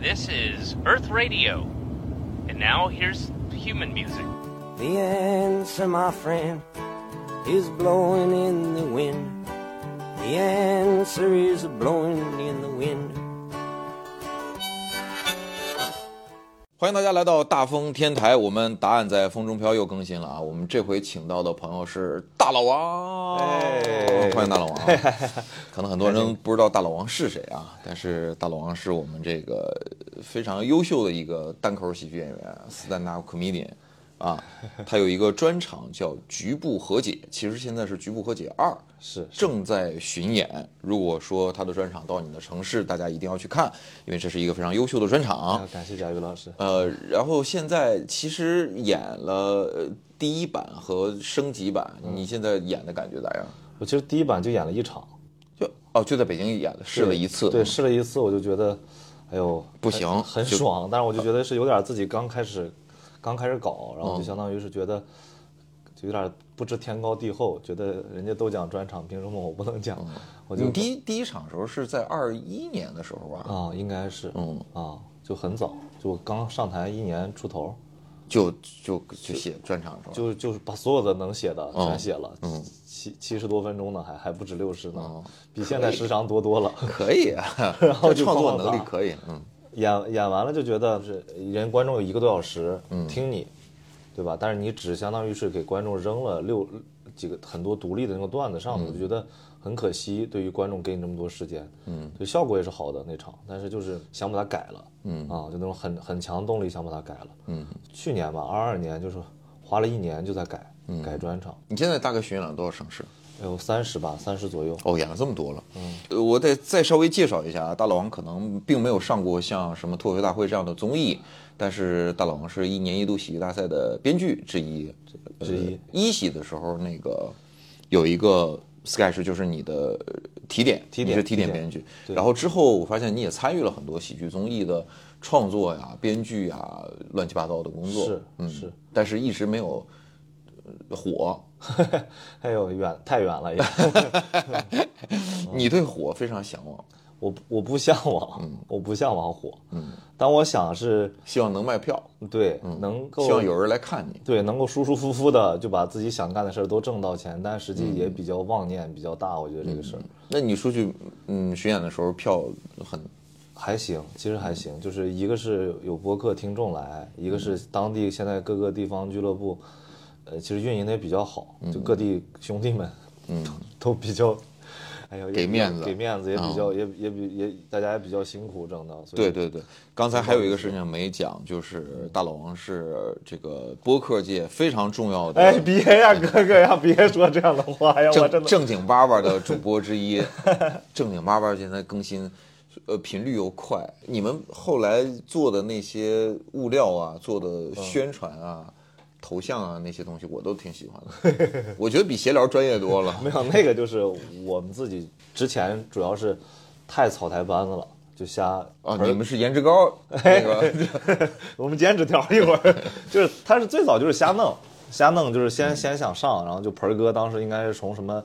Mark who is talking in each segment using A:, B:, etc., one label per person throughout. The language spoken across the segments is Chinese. A: This is Earth Radio. And now here's human music.
B: The answer, my friend, is blowing in the wind. The answer is blowing in the wind.
C: 欢迎大家来到大风天台，我们答案在风中飘又更新了啊！我们这回请到的朋友是大老王，
D: 哎
C: 欢迎大老 王啊。可能很多人不知道大老王是谁啊，但是大老王是我们这个非常优秀的一个单口喜剧演员，stand up comedian 啊，他有一个专场叫《局部和解》，其实现在是《局部和解二》，
D: 是
C: 正在巡演。如果说他的专场到你的城市，大家一定要去看，因为这是一个非常优秀的专场。
D: 啊，感谢贾云老师。
C: 呃，然后现在其实演了呃第一版和升级版，
D: 嗯
C: 你现在演的感觉咋样？
D: 我其实第一版就演了一场，
C: 就哦，就在北京演了，试了一次，嗯
D: 对，试了一次，我就觉得，哎呦，
C: 不行
D: 很很
C: 就
D: 爽。但是我就觉得是有点自己刚开始，刚开始搞，然
C: 嗯
D: 后就相当于是觉得，就有点不知天高地厚，觉得人家都讲专场，凭什么我不能讲？我就
C: 嗯你第一第一场的时候是在二一年的时候吧，
D: 啊，应该是，
C: 嗯
D: 啊，就很早，就我刚上台一年出头，
C: 就就就写专场是吧？
D: 就就是把所有的能写的
C: 哦
D: 全写了，七七十多分钟呢，还还不止六十呢
C: 哦，
D: 比现在时长多多了。
C: 可以啊，
D: 然后
C: 这
D: 就
C: 创作
D: 放
C: 能力
D: 大
C: 可以，嗯，
D: 演演完了就觉得是人观众有一个多小时听你，对吧？但是你只相当于是给观众扔了六几个很多独立的那种段子上面，我就觉得很可惜。对于观众给你这么多时间，嗯，对效果也是好的那场，但是就是想把它改了，嗯啊，就那种很很强的动力想把它改了，嗯。去年吧，二二年就是花了一年就在改、改专场，
C: 你现在大概巡演了多少城市？
D: 哎呦三十吧，三十左右。
C: 哦，演了这么多了，嗯，我得再稍微介绍一下啊，大老王可能并没有上过像什么脱口秀大会这样的综艺，但是大老王是一年一度喜剧大赛的编剧之一，
D: 之一
C: 呃一喜的时候那个有一个 sketch 就是你的呃提点，
D: 提
C: 你
D: 点
C: 是提点
D: 提点
C: 编剧，
D: 对
C: 然后之后我发现你也参与了很多喜剧综艺的创作呀、编剧呀、乱七八糟的工作，
D: 是
C: 嗯
D: 是，
C: 但是一直没有呃火，
D: 哎呦远太远了也。嗯
C: 你对火非常向往，
D: 我不我不向往，
C: 嗯
D: 我不向往火，嗯，但我想是
C: 希望能卖票。
D: 对、能够
C: 嗯希望有人来看你。
D: 对能够舒舒服服的就把自己想干的事儿都挣到钱，但实际
C: 嗯
D: 也比较妄念比较大，我觉得这个事儿、
C: 那你出去嗯巡演的时候票很
D: 还行，其实
C: 嗯
D: 还行，就是一个是有播客听众来，一个
C: 嗯
D: 是当地现在各个地方俱乐部，呃，其实运营的也比较好，就
C: 嗯
D: 各地兄弟们，嗯， 都比较。哎呦，也
C: 给
D: 比
C: 面
D: 较
C: 子
D: 给面子也比
C: 嗯
D: 较、也也比也大家也比较辛苦挣到，所以
C: 对对对。刚才还有一个事情没讲，就是大老王是这个播客界非常重要的。
D: 哎，别呀，哥哥呀，别说这样的话呀！我真
C: 正
D: 的
C: 正经八八的主播之一， 正经八八现在更新，呃，频率又快。你们后来做的那些物料啊，做的宣传啊、头像啊那些东西，我都挺喜欢的。 我觉得比闲聊专业多 了。
D: 没有那个，就是我们自己之前主要是太草台班子了，就瞎
C: 啊，
D: 盆儿
C: 你们是颜值高那 个。
D: 我们剪纸条一会儿， 嗯就是他是最早就是瞎弄，瞎弄就是先先想上，然后就盆儿哥当时应该是从什么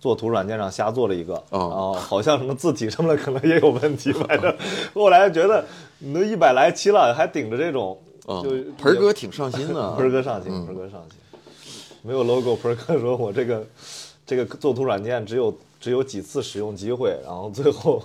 D: 做图软件上瞎做了一个，
C: 哦
D: 然后好像什么字体什么的可能也有问题，反正后来觉得你都一百来期了，还顶着这种，
C: 啊
D: 就，，
C: 盆儿哥挺上心的啊
D: 盆儿哥上心，
C: 嗯
D: 盆儿哥上心，没有 logo，盆儿哥说我这个这个做图软件只有。只有几次使用机会，然后 最后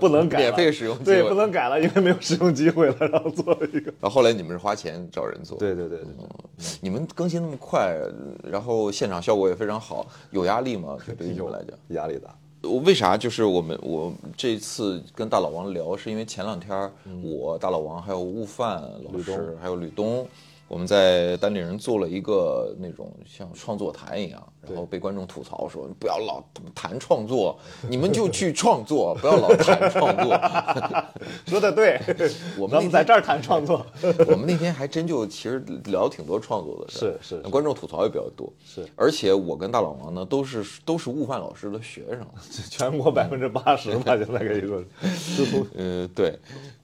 D: 不能改了，
C: 免费使用机会嗯
D: 对，不能改了，因为没有使用机会了，然后做了一个，
C: 然后后来你们是花钱找人做，
D: 对对对
C: 嗯
D: 对对，
C: 你们更新那么快，然后现场效果也非常好，有压力吗？对于你们来讲，
D: 压力大。
C: 我为啥就是我们我这次跟大老王聊，是因为前两天儿我大老王还有悟饭老师还有嗯吕东，我们在单立人做了一个那种像创作谈一样，然后被观众吐槽说不要老谈创作，你们就去创作，不要老谈创作。
D: 说的对，
C: 我们那
D: 咱们在这儿谈创作，
C: 我们那天还真就其实聊挺多创作的事儿，
D: 是是是
C: 观众吐槽也比较多，
D: 是
C: 而且我跟大老王呢都是都是悟饭老师的学 生，
D: 全国百分之八十吧，现在可以说是，似乎
C: 呃，对，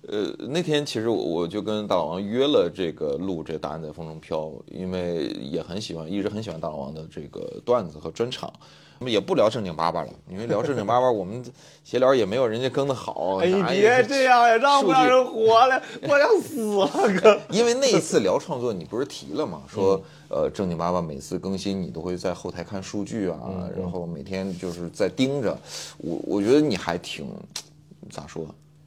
C: 呃，那天其实我我就跟大老王约了这个录这《答案在风中飘》，因为也很喜欢，一直很喜欢大老王的这个段子和专场。我们也不聊正经八八了，因为聊正经八八，我们闲聊也没有人家更的 好。
D: 哎
C: 哪有人家
D: 样呀，让
C: 不让人
D: 活了？我要死了，哥！
C: 因为那一次聊创作，你不是提了吗？
D: 嗯
C: 说呃，正经八百每次更新，你都会在后台看数据啊，
D: 嗯
C: 然后每天就是在盯着。我我觉得你还挺咋说，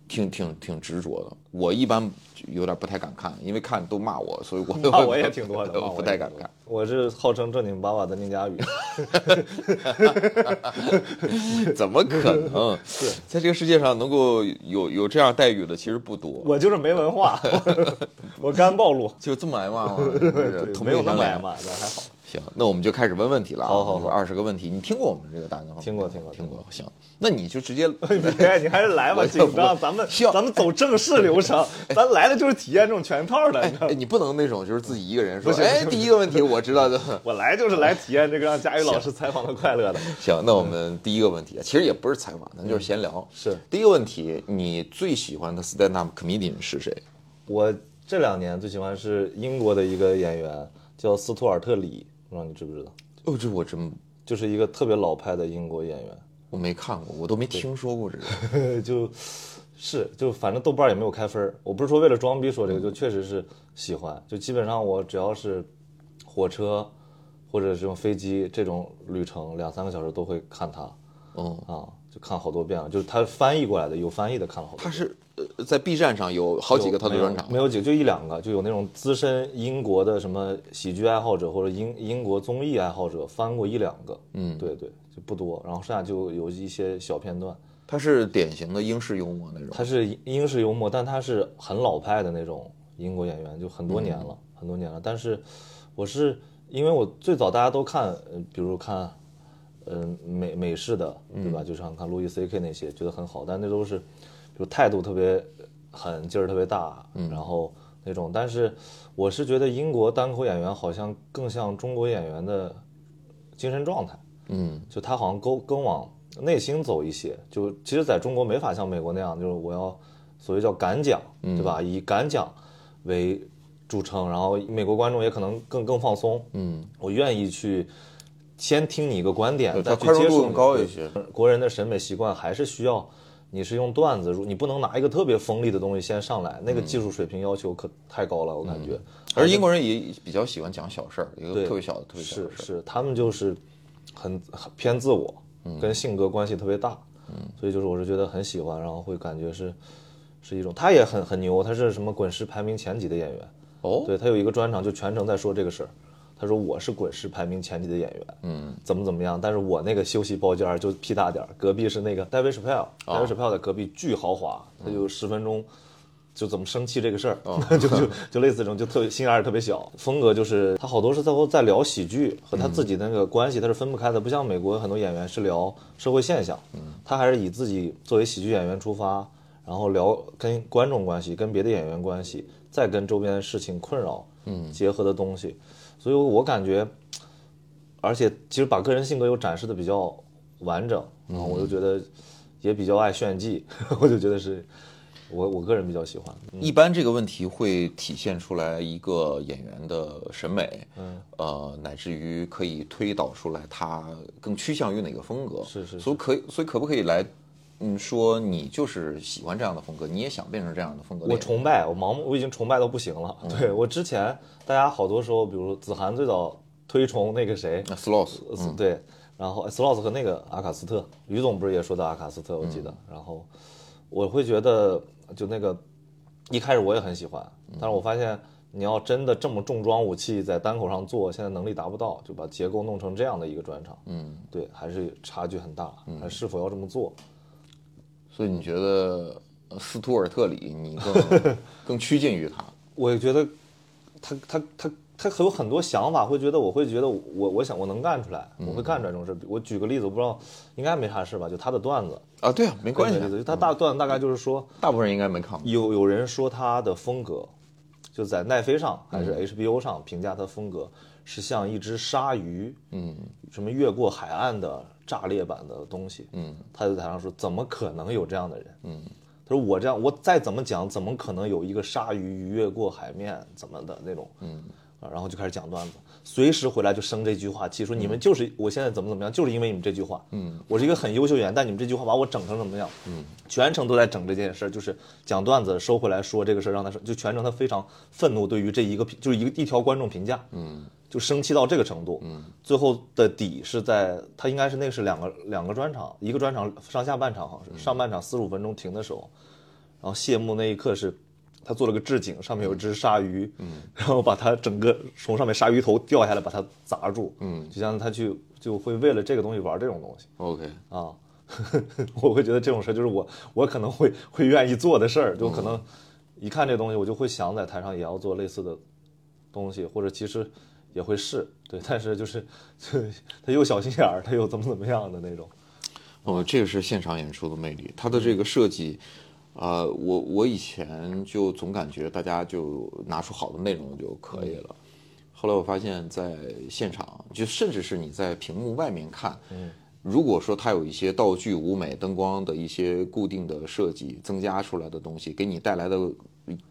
C: 挺挺挺执着的。我一般有点不太敢看，因为看都骂我，所以我
D: 骂 我也挺多的，骂
C: 我
D: 我
C: 不太敢看。。
D: 我是号称正经八百的宁佳宇，
C: 怎么可 能？在这个世界上能够有有这样待遇的其实不多。
D: 我就是没文化，我干暴露，
C: 就这么挨 骂吗？
D: 对
C: 同
D: 没有
C: 病相
D: 那么
C: 怜
D: 挨骂，那还好。
C: 行，那我们就开始问问题了啊。
D: 好好好
C: 二十个问题，你听过我们这个大纲吗？
D: 听过听过
C: 听过。行，那你就直接哎
D: 别，哎你还是 来吧，
C: 我
D: 紧
C: 我
D: 张，咱们
C: 需要
D: 咱们走正式流 程，咱来了就是体验这种全套的，你知道
C: 哎，
D: 吗？
C: 你不能那种就是自己一个人说
D: 不，行嗯
C: 哎，第一个问题我知道的。
D: 我来就是来体验这个让佳宇老 师采访的快乐的。
C: 行，那我们第一个问题，其实也不是采访，咱就是闲聊。
D: 嗯是
C: 第一个问题，你最喜欢的 stand up comedian 是谁？
D: 我这两年最喜欢是英国的一个演员叫斯图尔特李，不知道你知不知道？
C: 哦，这我真
D: 就是一个特别老派的英国演员。
C: 我没看过，我都没听说过这 个。
D: 就是就反正豆瓣儿也没有开分儿，我不是说为了装逼说这个，就确实是喜欢，就基本上我只要是火车或者这种飞机这种旅程两三个小时都会看它
C: 嗯，
D: 啊，就看好多遍了，就是它翻译过来的，有翻译的看了好多
C: 他
D: 遍。
C: 是呃在 B 站上有好几个他的
D: 没有
C: 专场
D: 没，有几个，就一两个，就有那种资深英国的什么喜剧爱好者或者英英国综艺爱好者翻过一两个，
C: 嗯
D: 对对，就不多，然后剩下就有一些小片段。
C: 他是典型的英式幽默那种。
D: 他是英式幽默，但他是很老派的那种英国演员，就很多年
C: 嗯
D: 了，很多年了。但是我是因为我最早大家都看，呃比如看，嗯、美美式的，
C: 嗯
D: 对吧？就像看路易 C K 那些，觉得很好，但那都是就态度特别狠，劲儿特别大，
C: 嗯
D: 然后那种。但是我是觉得英国单口演员好像更像中国演员的精神状态。
C: 嗯
D: 就他好像更更往内心走一些。就其实在中国没法像美国那样，就是我要所谓叫敢讲，
C: 嗯
D: 对吧？以敢讲为著称，然后美国观众也可能更更放松。
C: 嗯，
D: 我愿意去先听你一个观点
C: 对，
D: 再
C: 它
D: 去
C: 宽容
D: 接
C: 度
D: 受
C: 更
D: 你
C: 高一
D: 对
C: 些
D: 国人的审美习惯还是需要。你是用段子入，你不能拿一个特别锋利的东西先上来，那个技术水平要求可太高了，我感觉。
C: 而英国人也比较喜欢讲小事儿，一个
D: 对
C: 特别小的、特别小
D: 是
C: 的事儿。
D: 是，他们就是很很偏自我，
C: 嗯
D: 跟性格关系特别大，所以就是我是觉得很喜欢，然后会感觉是是一种，他也很很牛，他是什么滚石排名前几的演员，
C: 哦，
D: 对他有一个专场就全程在说这个事儿。他说我是滚石排名前几的演员，嗯，怎么怎么样，但是我那个休息包间儿就屁大点儿，隔壁是那个戴维·史派尔，戴维·史派尔的隔壁巨豪华，他就十分钟就怎么生气这个事儿， 就就就类似这种，就特别心眼儿特别小。风格就是他好多是在后在聊喜剧和他自己的那个关系，他是分不开的，不像美国很多演员是聊社会现象，他还是以自己作为喜剧演员出发，然后聊跟观众关系、跟别的演员关系，再跟周边事情困扰，嗯，结合的东西。所以我感觉，而且其实把个人性格又展示的比较完整，然后我就觉得也比较爱炫技， 我就觉得是我我个人比较喜欢。
C: 嗯一般这个问题会体现出来一个演员的审美，嗯，呃，乃至于可以推导出来他更趋向于哪个风格。
D: 是是
C: 所以可以，所以可不可以来，嗯，说你就是喜欢这样的风格，你也想变成这样的风格的
D: 我
C: 演员？
D: 崇拜，我盲目，我已经崇拜到不行了。对我之前，大家好多时候，比如子涵最早推崇那个谁，
C: 那 sloth，
D: 呃对，然后 s l o t 和那个阿卡斯特，于总不是也说到阿卡斯特，我记得。然后我会觉得，就那个一开始我也很喜欢，但是我发现你要真的这么重装武器在单口上做，现在能力达不到，就把结构弄成这样的一个专场，
C: 嗯，
D: 对，还是差距很大。还是否要这么做？
C: 所以你觉得呃斯图尔特里你 更更趋近于他？
D: 我觉得他他他他有很多想法，会觉得我会觉得我我想我能干出来，我会干出来这种事。我举个例子，我不知道应该没啥事吧？就他的段子，
C: 啊，对啊，没关系
D: 举个
C: 啊
D: 例，子就他大段子大概就是说，
C: 大部分人应该没看过。
D: 有有人说他的风格，就在奈飞上还是 HBO 上评价他风格是像一只鲨鱼，嗯，什么越过海岸的炸裂版的东西，嗯，他就在台上说，怎么可能有这样的人，嗯。他说我这样，我再怎么讲，怎么可能有一个鲨鱼越过海面怎么的那种？嗯，啊，然后就开始讲段子，随时回来就生这句话气，说你们就是、我现在怎么怎么样，就是因为你们这句话，嗯，我是一个很优秀演员，但你们这句话把我整成怎么样，嗯，全程都在整这件事儿，就是讲段子收回来说这个事儿，让他说，就全程他非常愤怒，对于这一个评就是一个一条观众评价，嗯，就生气到这个程度，嗯，最后的底是在他应该是那个是两个两个专场，一个专场上下半场好像是上半场四十五分钟停的时候，然后谢幕那一刻是，他做了个置景，上面有只鲨鱼，嗯，然后把它整个从上面鲨鱼头掉下来，把它砸住，嗯，就像他去就会为了这个东西玩这种东西
C: ，OK，
D: 啊， 我会觉得这种事儿就是我我可能会会愿意做的事儿，就可能一看这东西，我就会想在台上也要做类似的东西，或者其实也会试，对，但是就是 就他又小心眼儿，他又怎么怎么样的那种，
C: 哦，这个是现场演出的魅力，它的这个设计，啊、我我以前就总感觉大家就拿出好的内容就可以了，后来我发现，在现场，就甚至是你在屏幕外面看，如果说它有一些道具、舞美、灯光的一些固定的设计增加出来的东西，给你带来的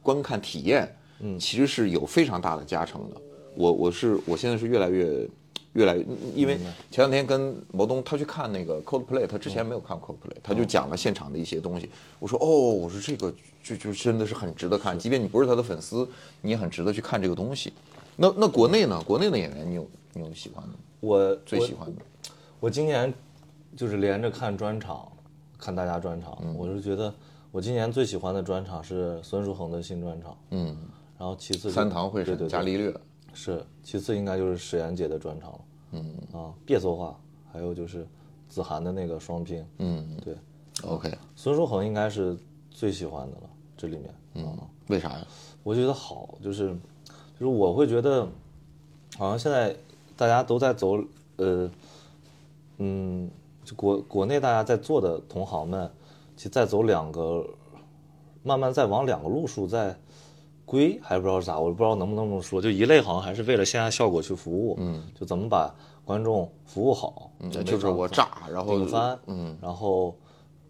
C: 观看体验，嗯，其实是有非常大的加成的。我我是我现在是越来越越来越，因为前两天跟毛东他去看那个 Coldplay，他之前没有看 Coldplay，他就讲了现场的一些东西。我说哦，我说这个就就真的是很值得看，即便你不是他的粉丝，你也很值得去看这个东西。那那国内呢？国内的演员你有你有喜欢的吗？
D: 我
C: 最
D: 我
C: 喜欢的？
D: 我今年就是连着看专场，看大家专场，
C: 嗯
D: 我是觉得我今年最喜欢的专场是孙书恒的新专场，
C: 嗯，
D: 然后其次就
C: 三堂会
D: 对
C: 审
D: 对
C: 伽利
D: 对
C: 略，
D: 是，其次应该就是史岩姐的专场了，嗯啊，别说话，还有就是子涵的那个双拼，
C: 嗯
D: 对，
C: ，OK，
D: 孙书恒应该是最喜欢的了，这里面，嗯
C: 为啥呀？
D: 我觉得好，就是就是我会觉得，好像现在大家都在走，呃，嗯，就国国内大家在做的同行们，其实在走两个，慢慢在往两个路数在归，还不知道是啥，我不知道能不能这么说，就一类好像还是为了线下效果去服务，嗯，就怎么把观众服务好，
C: 嗯
D: 就
C: 就是我炸，然后
D: 顶翻，
C: 嗯，
D: 然后，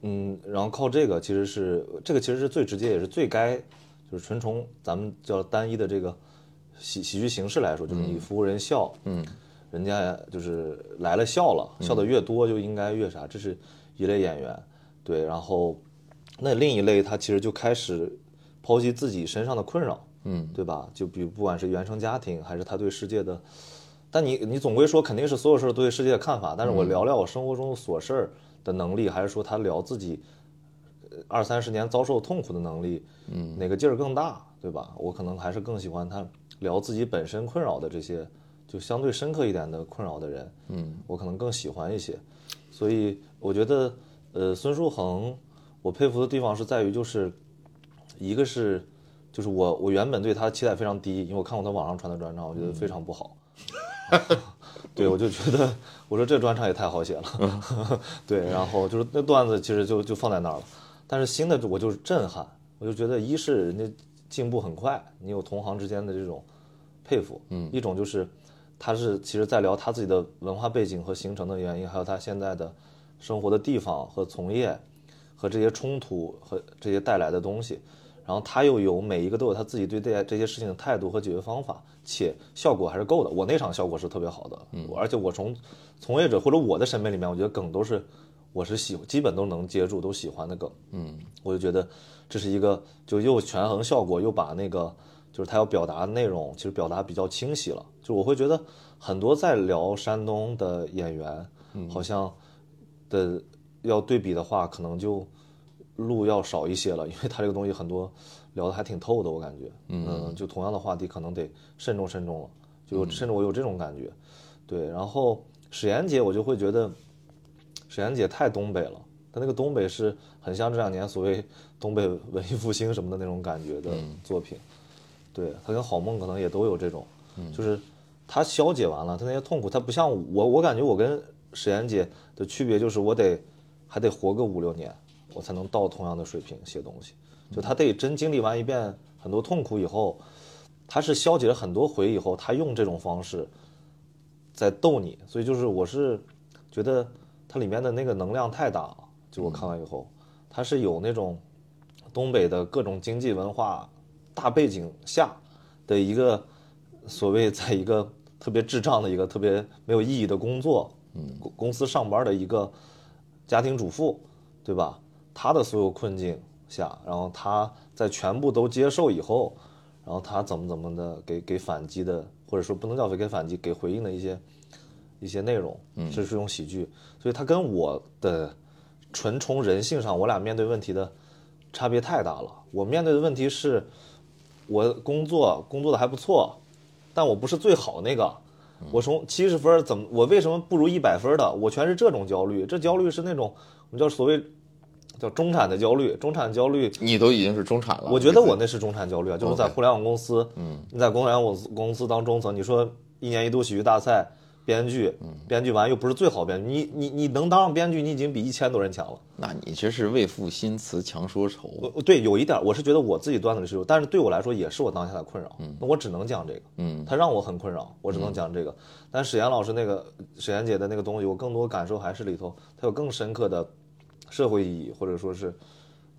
D: 嗯，然后靠这个其实是这个其实是最直接也是最该，就是纯从咱们叫单一的这个喜喜剧形式来说，就是你服务人笑，嗯，人家就是来了笑了，笑
C: 嗯
D: 的越多就应该越啥，这是一类演员，对，然后那另一类他其实就开始剖析自己身上的困扰，
C: 嗯，
D: 对吧？就比如不管是原生家庭还是他对世界的。但你你总归说肯定是所有事儿对世界的看法，但是我聊聊我生活中的琐事儿的能力，还是说他聊自己呃二三十年遭受痛苦的能力，嗯，哪个劲儿更大，对吧？我可能还是更喜欢他聊自己本身困扰的这些，就相对深刻一点的困扰的人，嗯，我可能更喜欢一些。所以我觉得，呃，孙书恒，我佩服的地方是在于就是一个是，就是我我原本对他期待非常低，因为我看过他网上传的专场，我觉得非常不好。 对，我就觉得我说这专场也太好写了。 对，然后就是那段子其实就就放在那儿了，但是新的我就是震撼，我就觉得一是人家进步很快，你有同行之间的这种佩服，嗯，一种就是他是其实在聊他自己的文化背景和形成的原因，还有他现在的生活的地方和从业和这些冲突和这些带来的东西。然后他又有每一个都有他自己对这这些事情的态度和解决方法，且效果还是够的。我那场效果是特别好的，嗯，而且我从从业者或者我的审美里面，我觉得梗都是我是喜基本都能接住，都喜欢的梗，嗯，我就觉得这是一个就又权衡效果，又把那个就是他要表达的内容，其实表达比较清晰了。就我会觉得很多在聊山东的演员，好像的要对比的话，可能就路要少一些了，因为他这个东西很多聊的还挺透的，我感觉，嗯就同样的话题可能得慎重慎重了，就有甚至我有这种感觉，对。然后史岩姐，我就会觉得史岩姐太东北了，她那个东北是很像这两年所谓东北文艺复兴什么的那种感觉的作品，对她跟郝梦可能也都有这种，就是她消解完了她那些痛苦，她不像我，我感觉我跟史岩姐的区别就是我得还得活个五六年，我才能到同样的水平写东西，就她得真经历完一遍很多痛苦以后，她是消解了很多回以后，她用这种方式在逗你，所以就是我是觉得它里面的那个能量太大了，就我看完以后，它是有那种东北的各种经济文化大背景下的一个所谓在一个特别智障的一个特别没有意义的工作，嗯，公司上班的一个家庭主妇，对吧？她的所有困境下，然后她在全部都接受以后，然后她怎么怎么的给给反击的，或者说不能叫给反击，给回应的一些一些内容，嗯，这是一种喜剧，所以它跟我的纯从人性上，我俩面对问题的差别太大了。我面对的问题是，我工作工作的还不错，但我不是最好那个。我从七十分儿怎么，我为什么不如一百分儿的？我全是这种焦虑，这焦虑是那种我们叫所谓叫中产的焦虑，中产焦虑。
C: 你都已经是中产了，
D: 我觉得我
C: 那
D: 那是中产焦虑啊，就是在
C: OK
D: 互联网公司，嗯，你在互联网公司当中层，你说一年一度喜剧大赛编剧，编剧完又不是最好编剧，你你你能当上编剧，你已经比一千多人强了。
C: 那你这是为赋新词强说
D: 我
C: 愁。
D: 我对有一点儿，我是觉得我自己段子里是有，但是对我来说也是我当下的困扰。那我只能讲这个，
C: 嗯
D: 他让我很困扰，我只能讲这个。但史岩老师那个史岩姐的那个东西，我更多感受还是里头它有更深刻的社会意义，或者说是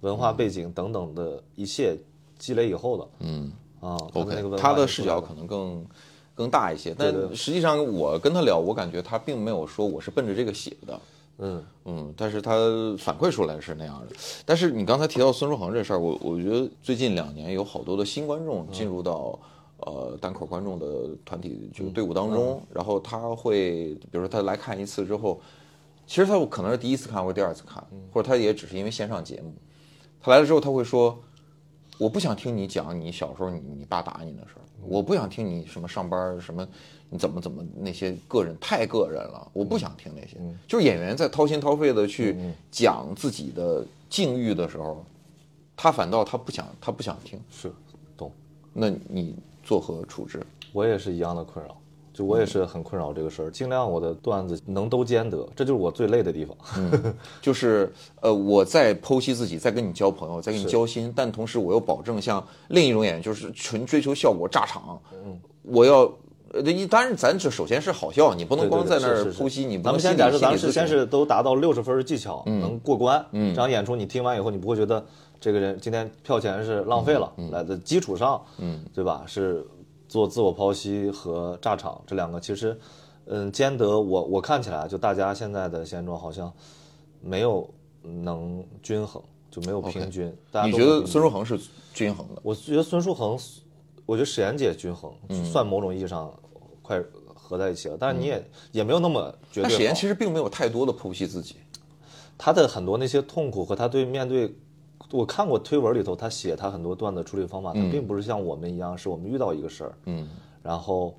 D: 文化背景等等的一切积累以后的。
C: 嗯
D: 啊它的那
C: ，OK，
D: 个文化
C: 他
D: 也
C: 的
D: 出
C: 视
D: 来
C: 角
D: 了
C: 可能更更大一些，但
D: 对对
C: 实际上我跟他聊，我感觉他并没有说我是奔着这个写的。
D: 嗯
C: 嗯，但是他反馈出来是那样的。但是你刚才提到孙书恒这事儿，我我觉得最近两年有好多的新观众进入到、呃单口观众的团体这个队伍当中，然后他会，比如说他来看一次之后，其实他可能是第一次看或者第二次看，或者他也只是因为线上节目，他来了之后他会说。我不想听你讲你小时候你你爸打你的事儿，我不想听你什么上班儿什么你怎么怎么那些个人太个人了，我不想听那些。就是演员在掏心掏肺的去讲自己的境遇的时候，他反倒他不想他不想听，
D: 是懂。
C: 那你作何处置？
D: 我也是一样的困扰，就我也是很困扰这个事儿，尽量我的段子能都兼得，这就是我最累的地方。
C: 就是呃，我在剖析自己，在跟你交朋友，在跟你交心，但同时我又保证像另一种演员，就是纯追求效果炸场。嗯，我要呃，一当然咱这首先是好笑，你不能
D: 对
C: 光
D: 对
C: 在
D: 对
C: 那
D: 是
C: 儿
D: 是是
C: 剖析，你不嗯能
D: 咱们先
C: 心
D: 假
C: 理
D: 设
C: 心
D: 咱
C: 理
D: 们是
C: 咨
D: 先
C: 询
D: 是都达到六十分的技巧，能过关，这样演出你听完以后，你不会觉得这个人今天票钱是浪费
C: 嗯
D: 了，来的基础上，嗯，对吧？是做自我剖析和炸场这两个，其实，嗯，兼得我我看起来就大家现在的现状好像没有能均衡，就没有平均。大家
C: 你
D: 都
C: 觉
D: 不
C: 得
D: 平均
C: 孙书恒是均衡的？
D: 我觉得孙书恒，我觉得史岩姐均衡，
C: 嗯
D: 算某种意义上快合在一起了，但是你也、也没有那么绝
C: 但嗯
D: 对。
C: 史岩其实并没有太多的剖析自己。
D: 他的很多那些痛苦和他对面对，我看过推文里头，他写他很多段子处理方法，他
C: 嗯
D: 并不是像我们一样，是我们遇到一个事儿，嗯，然后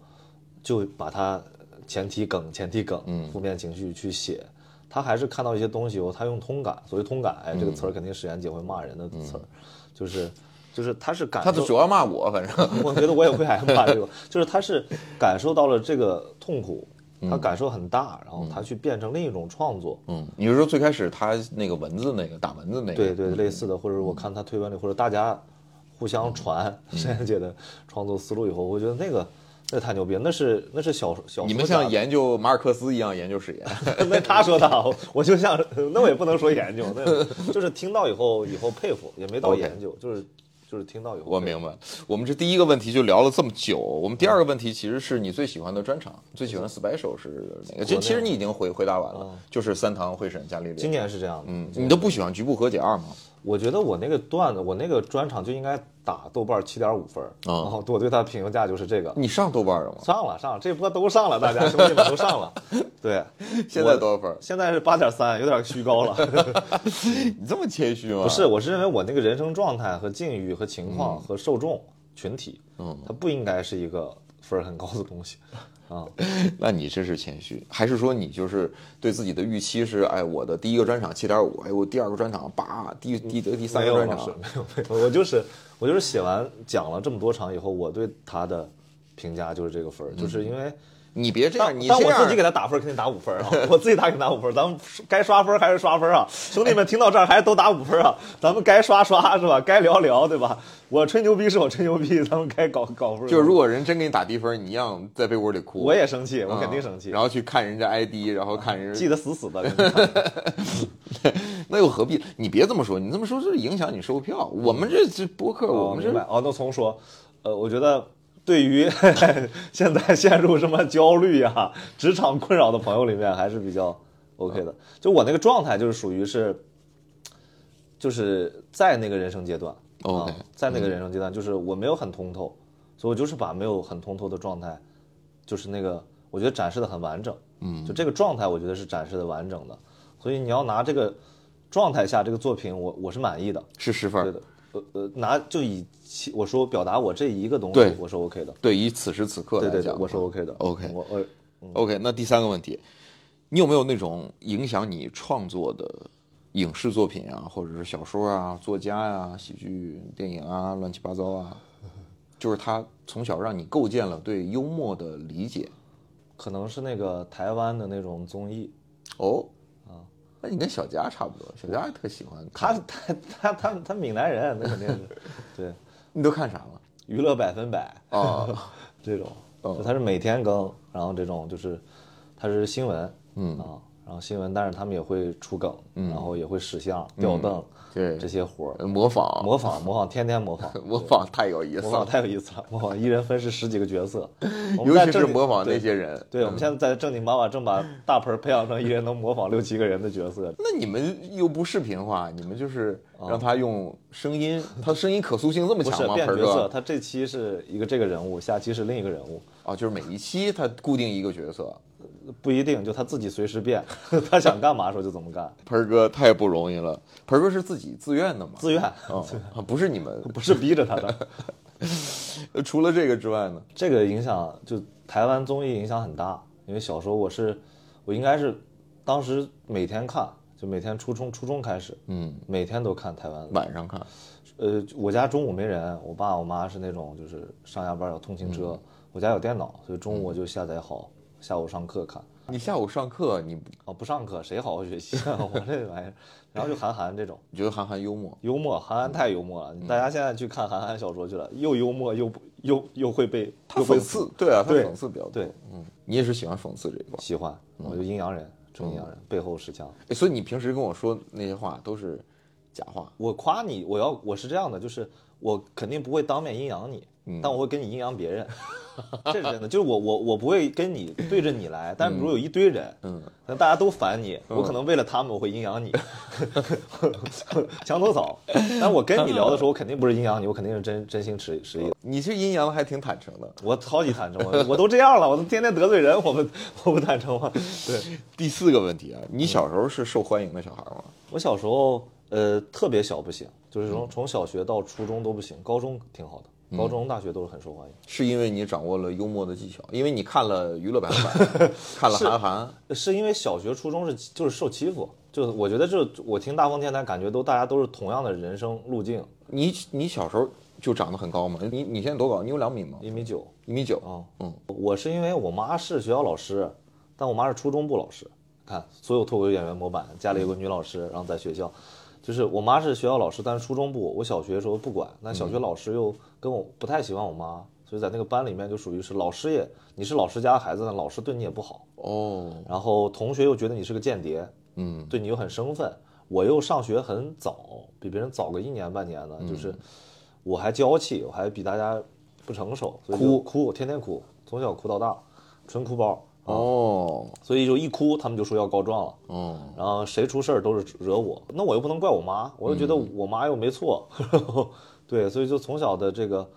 D: 就把它前提梗、前提梗、
C: 嗯
D: 负面情绪去写。他还是看到一些东西以后，他用通感，所谓通感，哎，这个词
C: 嗯
D: 儿肯定史岩姐会骂人的词儿，就是啊就是他是感
C: 他
D: 受
C: 主要骂我，反正
D: 我觉得我也会害怕 这个，就是他是感受到了这个痛苦，他感受很大，然后他去变成另一种创作，
C: 嗯，你是说最开始他那个蚊子那个打蚊子那个？
D: 对对，类似的，或者我看他推文里，或者大家互相传
C: 嗯
D: 沈岩姐的创作思路以后，我觉得那个那太牛逼，了，那是那是小小
C: 你们
D: 说家
C: 像研究马尔克斯一样研究史岩。
D: 那他说的好，我就像那我也不能说研究，那就是听到以后以后佩服，也没到
C: OK
D: 研究，就是就是听到以后
C: 我
D: 佩服
C: 明白，我们这第一个问题就聊了这么久，我们第二个问题其实是你最喜欢的专场，最喜欢的 special 是哪个？这其实你已经回回答完了，就是三堂会审加利略。
D: 今年是这样的，
C: 嗯，你都不喜欢局部和解二吗？
D: 我觉得我那个段子，我那个专场就应该打豆瓣七点五分儿，然后我对他评价就是这个。
C: 你上豆瓣了吗？
D: 上了上了，这波都上了，大家 兄弟们都上了。对，
C: 现在
D: 我
C: 多少分儿？
D: 现在是八点三，有点虚高了。
C: 你这么谦虚吗？
D: 不是，，我是认为我那个人生状态和境遇和情况和受众群体，嗯，它不应该是一个分儿很高的东西。啊，
C: 那你这是谦虚，还是说你就是对自己的预期是，哎，我的第一个专场七点五，哎，我第二个专场八，第第第三
D: 没
C: 个
D: 有
C: 嗯专
D: 老
C: 场
D: 师，没有没有，我就是我就是写完讲了这么多场以后，我对他的评价就是这个分儿，就是因为。
C: 你别这样，
D: 但
C: 你
D: 但
C: 这
D: 我自己给
C: 样。
D: 他打分，肯定打五 分啊！我自己打给他五分，咱们该刷分还是刷分啊！兄弟们听到这儿还是都打五分啊！咱们该刷刷是吧？该聊聊对吧？我吹牛逼是我吹牛逼，咱们该搞搞分。
C: 就是如果人真给你打低分，你一样在被窝里哭。
D: 我也生气，我肯定生
C: 嗯
D: 气，
C: 啊然后去看人家 ID，然后看人家
D: 记得死死的。真的
C: 那又何必？你别这么说，你这么说是影响你售票。我们这这播客，
D: 哦
C: 我们
D: 明白
C: 这
D: 哦，那从说，呃，我觉得对于 现在陷入什么焦虑啊、职场困扰的朋友里面，还是比较 OK
C: 嗯
D: 的。就我那个状态，就是属于是，就是在那个人生阶段
C: 哦 OK，嗯
D: 啊，在那个人生阶段，就是我没有很通透，所以我就是把没有很通透的状态，就是那个我觉得展示的很完整，嗯，就这个状态，我觉得是展示的完整的。所以你要拿这个状态下这个作品，我我是满意的，
C: 是十分
D: 对
C: 儿。
D: 的，呃呃，拿就以其我说表达我这一个东
C: 对
D: 西，我是 OK 的。
C: 对，以此时此刻
D: 对
C: 来
D: 对对，
C: 讲，
D: 我是 OK 的。
C: OK
D: 我呃，
C: OK，那第三个问题，你有没有那种影响你创作的影视作品啊，或者是小说啊、作家呀、喜剧、电影啊、乱七八糟啊？就是他从小让你构建了对幽默的理解。
D: 可能是那个台湾的那种综艺，
C: 哦，啊，那你跟小佳差不多，小佳也特喜欢
D: 他
C: 看。
D: 他他他他闽南人，那肯定 是，对，
C: 你都看啥了？
D: 娱乐百分百
C: 啊，
D: 这种，
C: 哦
D: 就他是每天更，然后这种就是，他是新闻，
C: 嗯
D: 啊，然后新闻，但是他们也会出梗，
C: 嗯
D: 然后也会使相、吊凳
C: 对
D: 这些活儿，
C: 模仿，
D: 模仿模仿，天天模 仿
C: 模仿太有 意思
D: 模仿
C: 了，
D: 太有意思了，模仿一人分饰十几个角 色，我们
C: 尤
D: 在
C: 其
D: 正
C: 是
D: 经
C: 模仿
D: 对
C: 那些人。嗯
D: 对，我们现在在正经八百正把大盆儿培养成一人能模仿六七个人的角色，
C: 那你们又不视频化，你们就是让他用声音，他声音可塑性这么
D: 哦不
C: 强
D: 是
C: 吗？
D: 变
C: 盆儿
D: 角色，
C: 哥
D: 他这期是一个这个人物，下期是另一个人物，
C: 啊，就是每一期他固定一个角色，
D: 不一定，就他自己随时变， 他想干嘛时候就怎么干，
C: 盆儿哥太不容易了。盆儿哥是自己自愿的嘛？
D: 自愿，
C: 啊、啊不是你们。
D: 不是逼着他的。
C: 呃 除了这个之外呢？
D: 这个影响就台湾综艺影响很大，因为小时候我是我应该是当时每天看，就每天初中初中开始，
C: 嗯，
D: 每天都看台湾的。
C: 晚上看，
D: 呃，我家中午没人，我爸我妈是那种就是上下班有通勤车，
C: 嗯
D: 我家有电脑，所以中午我就下载好，下午上课看。
C: 你下午上课，你
D: 哦，不上课谁好好学习啊？ 我这玩意儿，然后就韩寒这种
C: 你觉得韩寒幽默？
D: 幽默，韩寒太幽默
C: 嗯
D: 了。大家现在去看韩寒小说去了，又幽默又不又又会被
C: 他
D: 又会
C: 讽刺，对啊，他
D: 对
C: 讽刺比较多。
D: 对，
C: 嗯，你也是喜欢讽刺这一块儿。
D: 喜欢，
C: 嗯
D: 我就阴阳人，纯阴阳人，背后十强。
C: 哎所以你平时跟我说那些话都是假话。
D: 我夸你，我要我是这样的，就是我肯定不会当面阴阳你，但我会跟你阴阳别人， 这是真的。就是我我我不会跟你对着你来，但是如果有一堆人，嗯，那大家都烦你，我可能为了他们我会阴阳你， 墙头草。但我跟你聊的时候，我肯定不是阴阳你，我肯定是真真心实实意的。
C: 你是阴阳的，还挺坦诚的。
D: 我超级坦诚，我我都这样了，我都天天得罪人，我不我不坦诚吗？ 对
C: 第四个问题啊，你小时候是受欢迎的小孩吗？
D: 我小时候，呃，特别小不行，就是从从小学到初中都不行，高中挺好的，高中大学都是很受欢迎。
C: 是因为你掌握了幽默的技巧，因为你看了娱乐百分百，看了韩寒，
D: 是因为小学、初中是就是受欺负，就是我觉得就是我听大风电台，感觉都大家都是同样的人生路径，
C: 你你小时候就长得很高吗？你你现在多高？你有两米吗？
D: 一米九
C: 一米九。
D: 啊，
C: 嗯，
D: 我是因为我妈是学校老师，但我妈是初中部老师，看所有脱口秀演员模板，家里有个女老师，然后在学校，就是我妈是学校老师，但是初中部，我小学的时候不管，那小学老师又跟我不太喜欢我妈，所以在那个班里面就属于是老师也，你是老师家的孩子，那老师对你也不好，
C: 哦，
D: 然后同学又觉得你是个间谍，
C: 嗯，
D: 对你又很生分。我又上学很早，比别人早个一年半年呢，就是我还娇气，我还比大家不成熟，所以就
C: 哭
D: 哭，我天天哭，从小哭到大，纯哭包，
C: 哦，
D: 所以就一哭他们就说要告状了。
C: 哦，
D: 然后谁出事儿都是惹我，那我又不能怪我妈，我又觉
C: 嗯
D: 得我妈又没错， 对，所以就从小的这个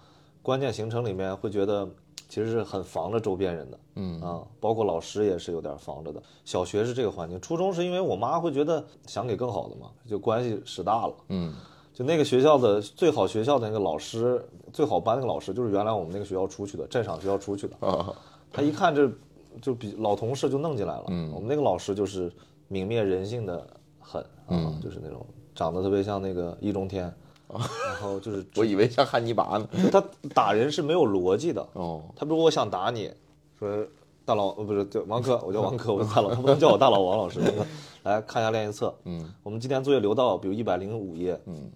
D: 观念形成里面，会觉得其实是很防着周边人的，嗯啊，包括老师也是有点防着的。小学是这个环境，初中是因为我妈会觉得想给更好的嘛，就关系使大了，
C: 嗯，
D: 就那个学校的最好学校的那个老师，最好班那个老师，就是原来我们那个学校出去的，镇上学校出去的，
C: 啊，
D: 他一看这就比老同事就弄进来了。我们那个老师就是泯灭人性的很啊，就是那种长得特别像那个易中天，然后就是
C: 我以为像汉尼拔呢。
D: 就他打人是没有逻辑的。
C: 哦，
D: 他比如我想打你，说大佬呃不是叫王科，我叫王科，我叫大佬，他不能叫我大佬王老师。王哥 来看一下练习册，嗯，我们今天作业留到比如一百零五页，嗯，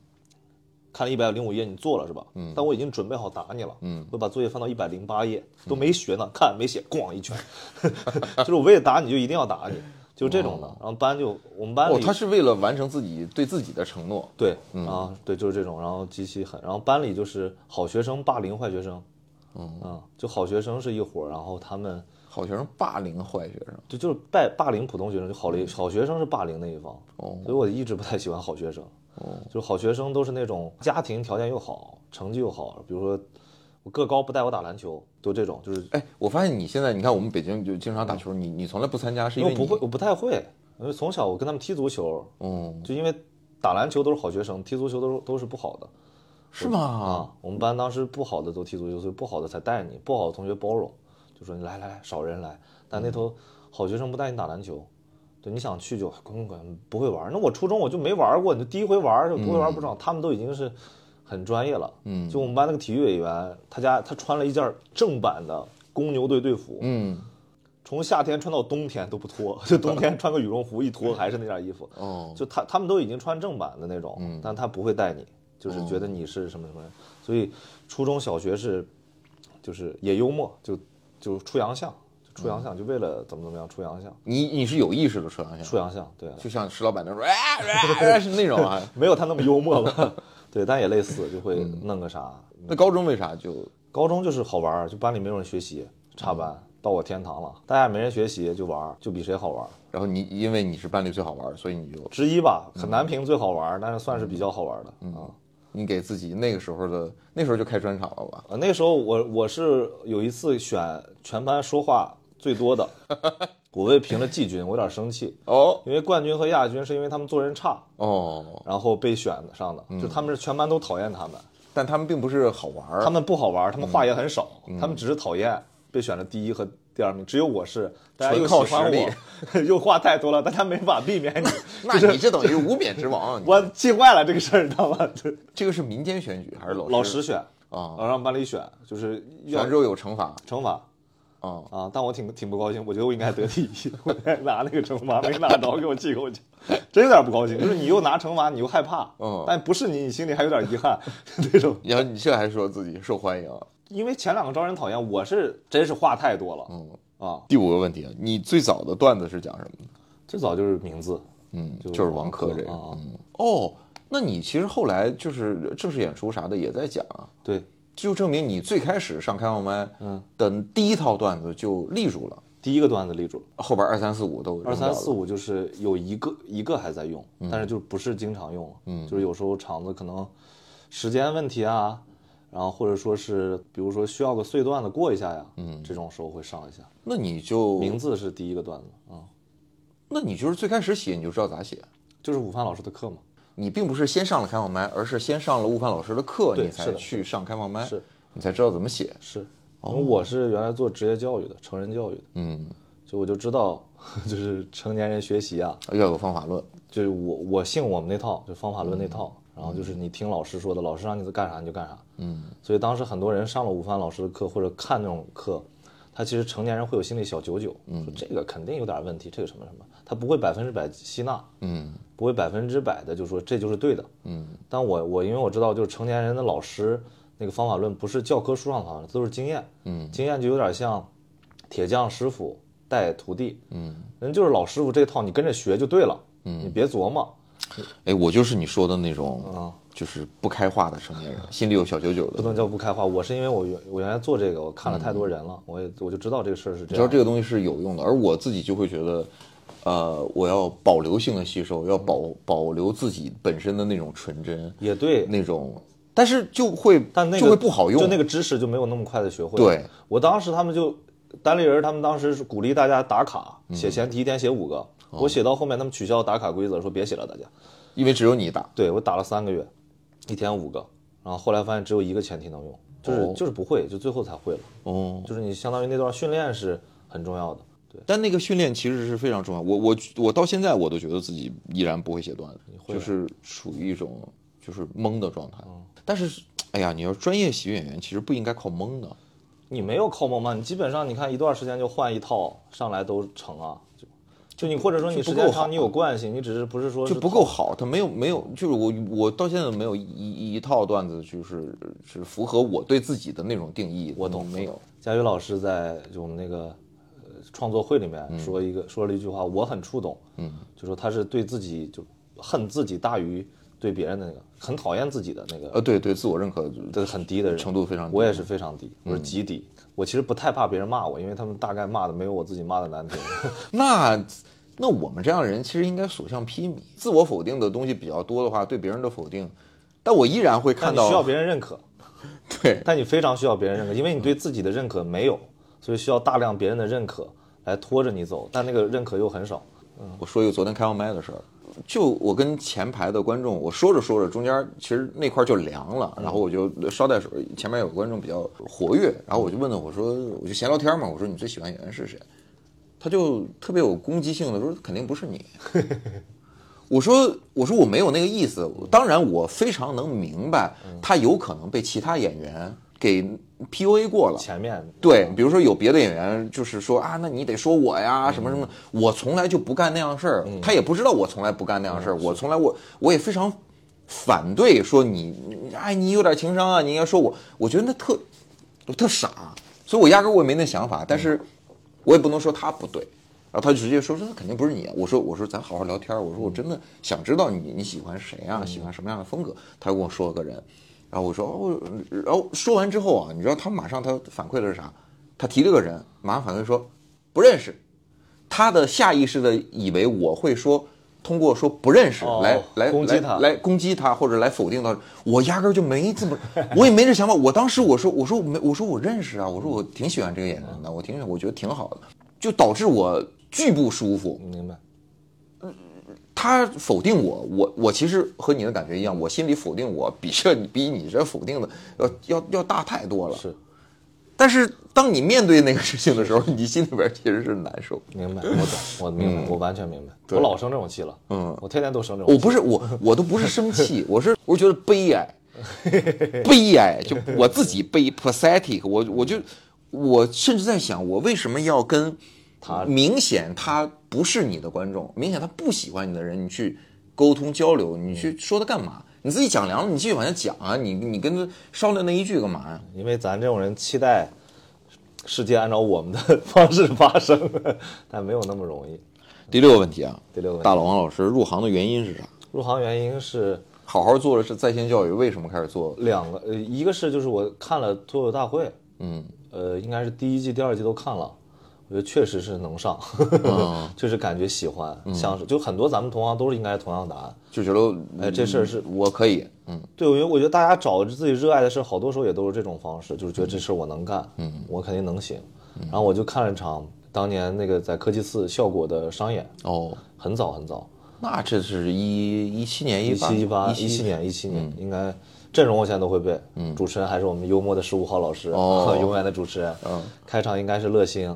D: 看了一百零五页你做了是吧？嗯，但我已经准备好打你了，嗯，我把作业翻到一百零八页，都没学呢，看没写，咣一拳， 就是我为了打你就一定要打你，就这种的。然后班就我们班
C: 哦，
D: 里
C: 他是为了完成自己对自己的承诺。
D: 嗯对，啊，对，就是这种，然后极其狠，然后班里就是好学生霸凌坏学生，嗯啊，就好学生是一伙儿，然后他们
C: 好学生霸凌坏学生，
D: 就就是霸霸凌普通学生，就好
C: 嗯
D: 了，好学生是霸凌那一方，
C: 哦
D: 所以我一直不太喜欢好学生， 就是好学生都是那种家庭条件又好，成绩又好，比如说我个高不带我打篮球，就这种，就是
C: 哎，我发现你现在，你看我们北京就经常打球，你你从来不参加，是因
D: 因为
C: 为
D: 我不
C: 你
D: 会，我不太会，因为从小我跟他们踢足球，
C: 嗯，
D: 就因为打篮球都是好学生，踢足球都是都是不好的
C: 是吗？
D: 啊。我们班当时不好的都踢足球，所以不好的才带你，不好的同学包容，就说你来来来，少人来。但那头好学生不带你打篮球，对，你想去就滚滚滚，不会玩。那我初中我就没玩过，你就第一回玩就不会玩不知道，他们都已经是很专业了。嗯，就我们班那个体育委员，他家他穿了一件正版的公牛队队服，
C: 嗯，
D: 从夏天穿到冬天都不脱，就冬天穿个羽绒服一脱还是那件衣服。
C: 哦，
D: 就他他们都已经穿正版的那种，但他不会带你，就是觉得你是什么什么人，所以初中小学是，就是也幽默，就就出洋相，就出洋相，就为了怎么怎么样出洋相，
C: 你你是有意识的出洋
D: 出
C: 相，
D: 洋相，对啊，
C: 就像石老板那种，哎哎哎是那种 啊。
D: 没有他那么幽默吧， 对，但也类似，就会弄个啥。
C: 那高中为啥就
D: 高中就是好玩儿，就班里没有人学习，插班到我天堂了，大家也没人学习就玩儿，就比谁好玩儿
C: 然后你因为你是班里最好玩儿，所以你就
D: 之一吧，很难评最好玩儿，但是算是比较好玩儿的啊。
C: 你给自己那个时候的那时候就开专场了吧？
D: 呃，那时候我我是有一次选全班说话最 多的，我被评了季军，我有点生气，
C: 哦
D: 因为冠军和亚军是因为他们做人差，
C: 哦，
D: 然后被选上的，
C: 嗯
D: 就他们是全班都讨厌他们，
C: 但他们并不是好玩儿，
D: 他们不好玩，他们话也很少，
C: 嗯
D: 他们只是讨厌，被选了第一和第二名，只有我是大家又
C: 纯靠
D: 喜欢
C: 实力
D: 我， 又话太多了，大家没法避免你，
C: 那你这等于无冕之 王。啊你
D: 我气坏了这个事儿，你知道吗？ 就
C: 这个是民间选举还是老
D: 老
C: 师
D: 师选呃
C: 啊
D: 然后让班里选，就是要
C: 选之后有惩罚
D: 惩罚。
C: 啊？
D: 啊，但我挺挺不高兴，我觉得我应该得第一，我应该拿那个惩罚没拿着，给我气够呛，真有点不高兴。就是你又拿惩罚，你又害怕，
C: 嗯
D: 但不是你，你心里还有点遗憾， 这种。
C: 然后你这还说自己受欢迎啊，
D: 因为前两个招人讨厌，我是真是话太多了，嗯啊，
C: 第五个问题，啊，你最早的段子是讲什么的？
D: 最早就是名字，
C: 嗯，
D: 就
C: 就是王珂这个。
D: 啊啊
C: 嗯，哦，那你其实后来就是正式演出啥的也在讲啊，
D: 对，
C: 就证明你最开始上开放麦，嗯，的第一套段子就立住了，
D: 第一个段子立住了，
C: 后边二三四五都
D: 二三四
C: 五，
D: 五就是有一个一个还在用，但是就不是经常用了，嗯，就是有时候场子可能时间问题啊。然后或者说是，比如说需要个碎段子过一下呀，嗯，这种时候会上一下。
C: 那你就
D: 名字是第一个段子啊、嗯
C: 那你就是最开始写你就知道咋写，
D: 就是午饭老师的课嘛。
C: 你并不是先上了开放麦，而是先上了悟饭老师的课，
D: 对
C: 你
D: 是
C: 才
D: 的
C: 去上开放麦，
D: 是
C: 你才知道怎么写。
D: 是，因为我是原来做职业教育的，成人教育的，
C: 嗯，
D: 所以我就知道， 就是成年人学习啊，
C: 要有方法论。
D: 就是我我信我们那套，就方法论那套。然后就是你听老师说的，老师让你干啥你就干啥。嗯，所以当时很多人上了午饭老师的课或者看那种课，他其实成年人会有心里小九九，说这个肯定有点问题，这个什么什么，他不会百分之百吸纳，
C: 嗯，
D: 不会百分之百的就说这就是对的。嗯，但我我因为我知道，就是成年人的老师那个方法论不是教科书上的方法论，都是经验。嗯，经验就有点像铁匠师傅带徒弟。嗯，人就是老师傅这套，你跟着学就对了。嗯，你别琢磨。
C: 哎，我就是你说的那种，
D: 啊
C: 就是不开化的成年人，心里有小九九
D: 不
C: 的。
D: 能叫不开化。我是因为我原我原来做这个，我看了太多人了，我也我就知道这个事儿是
C: 你知
D: 这
C: 道
D: 样。
C: 这个东西是有用的，而我自己就会觉得，呃，我要保留性的吸收，要保保留自己本身的那种纯真，
D: 也对，
C: 那种，但是就会
D: 但那个
C: 就会不好用。
D: 就那个知识就没有那么快的学会。
C: 对，
D: 我当时他们就单立人，他们当时是鼓励大家打卡，
C: 嗯
D: 写前提一天写五个，
C: 哦
D: 我写到后面他们取消打卡规则，说别写了，大家。
C: 因为只有你打，
D: 对我打了三个月，一天五个，然后后来发现只有一个前提能用，就是、
C: 哦
D: 就是不会，就最后才会了。
C: 哦，
D: 就是你相当于那段训练是很重要的。对，
C: 但那个训练其实是非常重要。我我我到现在我都觉得自己依然不会哦写段子，就是属于一种就是懵的状态。但是，哎呀，你要专业喜剧演员，其实不应该靠懵的。
D: 你没有靠蒙吗？你基本上你看一段时间就换一套上来都成啊，就就你或者说你
C: 就
D: 时
C: 不够
D: 间
C: 好
D: 长你有惯性，你只是不是说
C: 就是不够好，他没有没有，就是我我到现在没有一一一套段子，就是是符合我对自己的那种定义。
D: 嗯我懂
C: 没有？
D: 佳宇老师在就我们那个呃创作会里面说
C: 嗯
D: 一个、说了一句话，我很触动，嗯，就说他是对自己就恨自己大于对别人的那个，很讨厌自己的那个，
C: 呃，对对，自我认可
D: 这很低的人
C: 程度非常低嗯
D: 我也是非常低，我是极低。我其实不太怕别人骂我，因为他们大概骂的没有我自己骂的难听。
C: 那那我们这样的人其实应该所向披靡，自我否定的东西比较多的话，对别人的否定，但我依然会
D: 但
C: 看
D: 你需要
C: 到
D: 别人认可，
C: 对
D: 但你非常需要别人认可，因为你对自己的认可没有，所以需要大量别人的认可来拖着你走，但那个认可又很少。
C: 我说一个昨天开放麦的事儿，就我跟前排的观众，我说着说着，中间其实那块儿就凉了，然后我就捎带手，前面有个观众比较活跃，然后我就问他，我说我就闲聊天嘛，我说你最喜欢演员是谁？他就特别有攻击性的说，肯定不是你。我说我说我没有那个意思，当然我非常能明白，他有可能被其他演员给 PUA 过了，
D: 前面
C: 对，比如说有别的演员，就是说啊，那你得说我呀，什么什么，我从来就不干那样事儿，他也不知道我从来不干那样事儿，我从来我我也非常反对说你，你哎，你有点情商啊，你应该说我，我觉得那特我特傻，所以我压根儿我也没那想法，但是我也不能说他不对。然后他就直接说：“说那肯定不是你啊。”我说：“我说咱好好聊天儿。我说我真的想知道你你喜欢谁啊，喜欢什么样的风格。”他跟我说了个人，然后我说：“哦。”然后说完之后啊，你知道他马上他反馈的是啥？他提了个人，马上反馈说不认识。他的下意识的以为我会说通过说不认识
D: 哦
C: 来、来
D: 攻击
C: 来
D: 他
C: 来攻击他或者来否定他，我压根儿就没这么，我也没这想法。我当时我说我说我没我说我认识啊，我说我挺喜欢这个演员的，我挺喜欢，我觉得挺好的，就导致我巨不舒服。
D: 明白，
C: 他否定我，我我其实和你的感觉一样，我心里否定我比这比你这否定的要要要大太多了。
D: 是
C: 但是当你面对那个事情的时候，你心里边其实是难受。
D: 明白，我懂，我明白，我完全明白。我老生这种气了，嗯，我天天都生这种
C: 我
D: 气。
C: 不是我，我都不是生 气，我是我是觉得悲哀，悲哀，就我自己悲 pathetic，我我就我甚至在想，我为什么要跟
D: 他
C: 明显他不是你的观众，明显他不喜欢你的人，你去沟通交流，你去说他干嘛？你自己讲凉了，你继续往下讲啊，你你跟他商量那一句干嘛呀？
D: 因为咱这种人期待世界按照我们的方式发生，但没有那么容易。
C: 第六个问题啊，
D: 第六个问题
C: 大老王老师入行的原因是啥？
D: 入行原因是
C: 好好做的是在线教育，为什么开始做？
D: 两个，呃，一个是就是我看了脱口大会，嗯，呃，应该是第一季、第二季都看了，我觉得确实是能上， 就是感觉喜欢，像是就很多咱们同行都是应该是同样的答案，
C: 就觉得
D: 哎这事儿是
C: 我可以，嗯，
D: 对，我觉得我觉得大家找自己热爱的事儿，好多时候也都是这种方式，就是觉得这事儿我能干，嗯，我肯定能行。然后我就看了一场当年那个在科技四效果的商演，
C: 哦。
D: 很早很早，
C: 那这是一一七年
D: 一
C: 一
D: 七一八
C: 一
D: 一七年一七年，应该阵容我现在都会背，嗯，主持人还是我们幽默的十五号老师，
C: 哦
D: 永远的主持人，
C: 嗯，
D: 开场应该是乐星，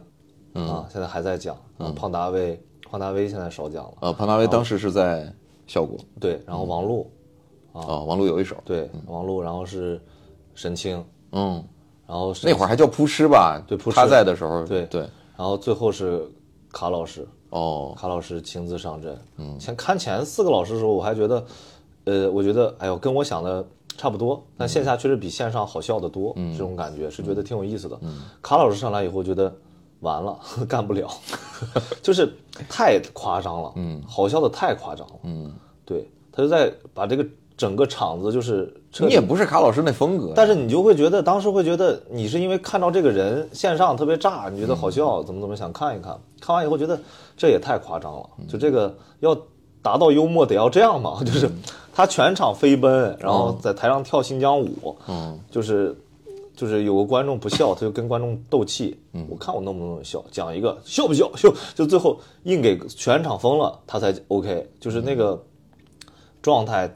D: 啊，现在还在讲，嗯，胖达威，胖达威现在少讲了，
C: 呃，潘大卫当时是在效果
D: 对，然后王璐，哦
C: 啊，王璐有一手，
D: 对，王璐，然后是沈清，
C: 嗯，
D: 然后沈
C: 那会儿还叫扑师吧？
D: 对扑师
C: 他在的时候，
D: 对
C: 对，
D: 然后最后是卡老师，
C: 哦，
D: 卡老师亲自上阵。嗯，前看前四个老师的时候，我还觉得，呃，我觉得，哎呦，跟我想的差不多，但线下确实比线上好笑的多，这种感觉是觉得挺有意思的。卡老师上来以后，觉得完了， 干不了，就是太夸张了，嗯，好笑的太夸张了，嗯，对，他就在把这个整个场子就是彻
C: 你
D: 底
C: 也不是卡老师那风格，
D: 但是你就会觉得，当时会觉得你是因为看到这个人线上特别炸，你觉得好笑，
C: 嗯
D: 怎么怎么想看一看，看完以后觉得这也太夸张了，
C: 嗯
D: 就这个要达到幽默得要这样嘛，就是他全场飞奔，然后在台上跳新疆舞，
C: 嗯，
D: 就是就是有个观众不笑，他就跟观众斗气，
C: 嗯
D: 我看我能不能笑，讲一个笑不笑，笑就最后硬给全场封了，他才 OK，就是那个状态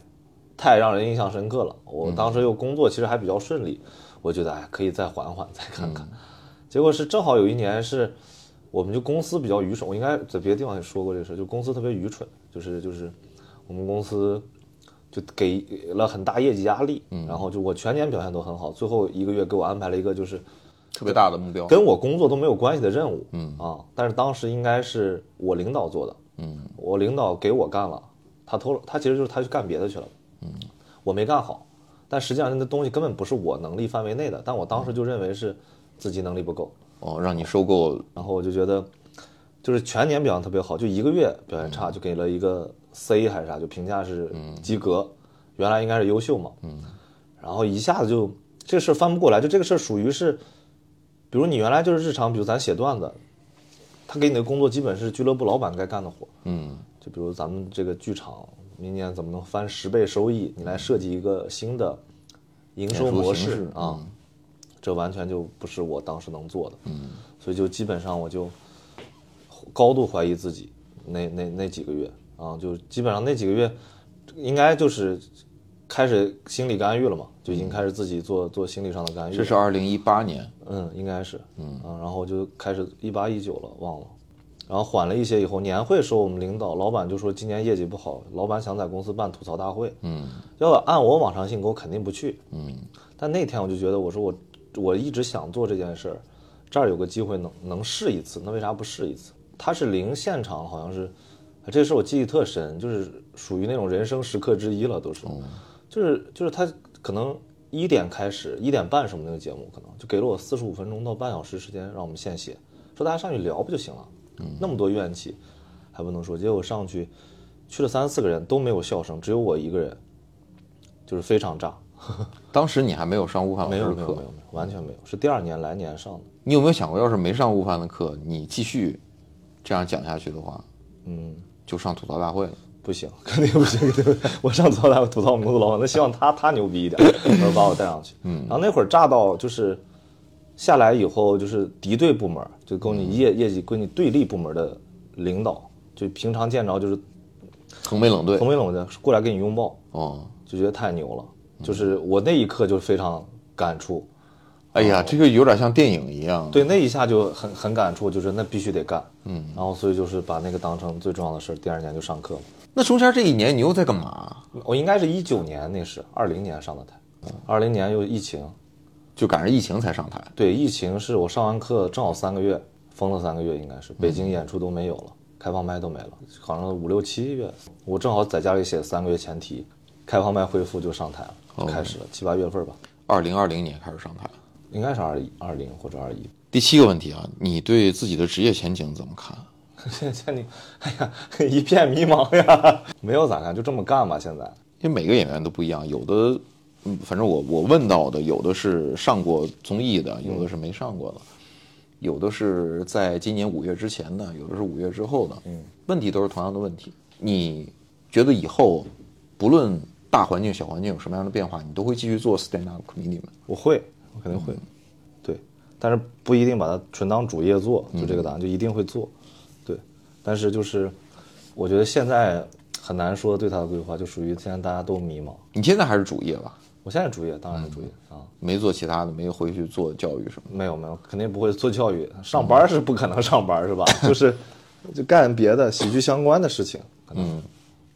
D: 太让人印象深刻了。我当时又工作其实还比较顺利，我觉得哎可以再缓缓再看看。结果是正好有一年是我们就公司比较愚蠢，我应该在别的地方也说过这事，就公司特别愚蠢，就是就是我们公司就给了很大业绩压力，然后就我全年表现都很好，最后一个月给我安排了一个就是
C: 特别大的目标，
D: 跟我工作都没有关系的任务，嗯啊，但是当时应该是我领导做的，嗯，我领导给我干了，他偷了，他其实就是他去干别的去了，嗯，我没干好，但实际上那东西根本不是我能力范围内的，但我当时就认为是自己能力不够，
C: 哦，让你收购，
D: 然后我就觉得，就是全年
C: 嗯
D: 表现特别好，就一个月表现差，就给了一个 C 还是啥，就评价是及格。原来应该是优秀嘛，嗯，然后一下子就这个事儿翻不过来，就这个事儿属于是，比如你原来就是日常，比如咱写段子，他给你的工作基本是俱乐部老板该干的活，
C: 嗯
D: 就比如咱们这个剧场明年怎么能翻十倍收益，你来设计一个新的营收模
C: 演出
D: 式
C: 形式
D: 啊，这完全就不是我当时能做的，嗯，所以就基本上我就高度怀疑自己那那那几个月啊，就基本上那几个月应该就是开始心理干预了嘛，就已经开始自己做做心理上的干预了，
C: 这是二零一八年，
D: 嗯，应该是，嗯啊，然后就开始一八一九了，忘了，然后缓了一些以后，年会时候我们领导老板就说今年业绩不好，老板想在公司办吐槽大会，
C: 嗯
D: 要按我往常性格我肯定不去，
C: 嗯
D: 但那天我就觉得我说我我一直想做这件事儿，这儿有个机会能能试一次，那为啥不试一次？他是零现场，好像是，这事儿我记忆特深，就是属于那种人生时刻之一了，都是，
C: 嗯
D: 就是就是他可能一点开始，一点半什么那个节目，可能就给了我四十五分钟到半小时时间，让我们现写，说大家上去聊不就行了？那么多怨气，还不能说，结果上去去了三四个人都没有笑声，只有我一个人，就是非常炸，
C: 当时你还没有上悟饭老
D: 没
C: 师
D: 有
C: 的
D: 没有没有没
C: 课，
D: 有，完全没有，是第二年来年上的。
C: 你有没有想过，要是没上悟饭的课，你继续这样讲下去的话，
D: 嗯，
C: 就上吐槽大会了？
D: 不行， 肯定不行。肯定不行我上次来我吐槽我们公司老板，那希望他他牛逼一点， 然后把我带上去。嗯，然后那会儿炸到就是下来以后，就是敌对部门，就跟你业业绩跟你对立部门的领导，就平常见着就是
C: 横眉冷对
D: 横，眉冷的过来给你拥抱，
C: 哦，
D: 就觉得太牛了。就是我那一刻就非常感触，
C: 哎呀，这个有点像电影一样，
D: 对，那一下就很很感触，就是那必须得干。嗯，然后所以就是把那个当成最重要的事儿，第二年就上课了。
C: 那中间这一年你又在干嘛？
D: 我应该是一九年，那是二零年上的台，嗯二零年又疫情，
C: 就赶上疫情才上台。
D: 对，疫情是我上完课正好三个月，封了三个月，应该是北京演出都没有了，开放麦都没了，好像五六七月，我正好在家里写三个月前提，开放麦恢复就上台了，就开始了七八月份吧，
C: 二零二零年开始上台。
D: 应该是二二零或者二一。
C: 第七个问题啊，你对自己的职业前景怎么看？
D: 现在你，哎呀， 一片迷茫呀，没有咋看，就这么干吧。现在
C: 因为每个演员都不一样，有的，嗯，反正我我问到的，有的是上过综艺的，有的是没上过的，有的是在今年五月之前的，有的是五月之后的。嗯，问题都是同样的问题。你觉得以后不论大环境、小环境有什么样的变化，你都会继续做 stand up comedian 吗？
D: 我会，我肯定会，对，但是不一定把它纯当主业做，就这个答案就一定会做，对，但是就是我觉得现在很难说对它的规划，就属于现在大家都迷茫。
C: 你现在还是主业吧，
D: 我现在主业当然是主业、啊，
C: 没做其他的，没有回去做教育什么的。
D: 没有没有，肯定不会做教育，上班是不可能上班、是吧？ 就是就干别的喜剧相关的事情，可能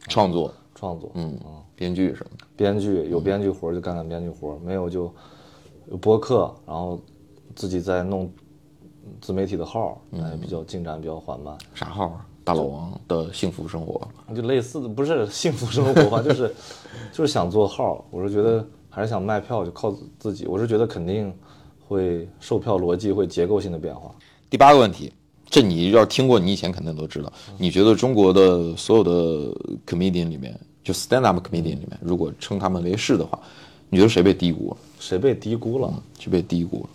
C: 创作，
D: 创作，
C: 嗯，编剧什么的，
D: 编剧有编剧活儿就干干编剧活儿，没有就有播客，然后自己再弄自媒体的号儿，哎，比较进展比较缓慢，
C: 啥号啊？大老王的幸福生活。
D: 就类似的不是幸福生活吧，就是就是想做号儿，我是觉得还是想卖票，就靠自己，我是觉得肯定会售票逻辑会结构性的变化，
C: 第八个问题，这你要是听过，你以前肯定都知道。你觉得中国的所有的 comedian 里面，就 stand up comedian 里面，如果称他们为是的话，你觉得谁被低估了？
D: 谁被低估了？
C: 谁被低估了？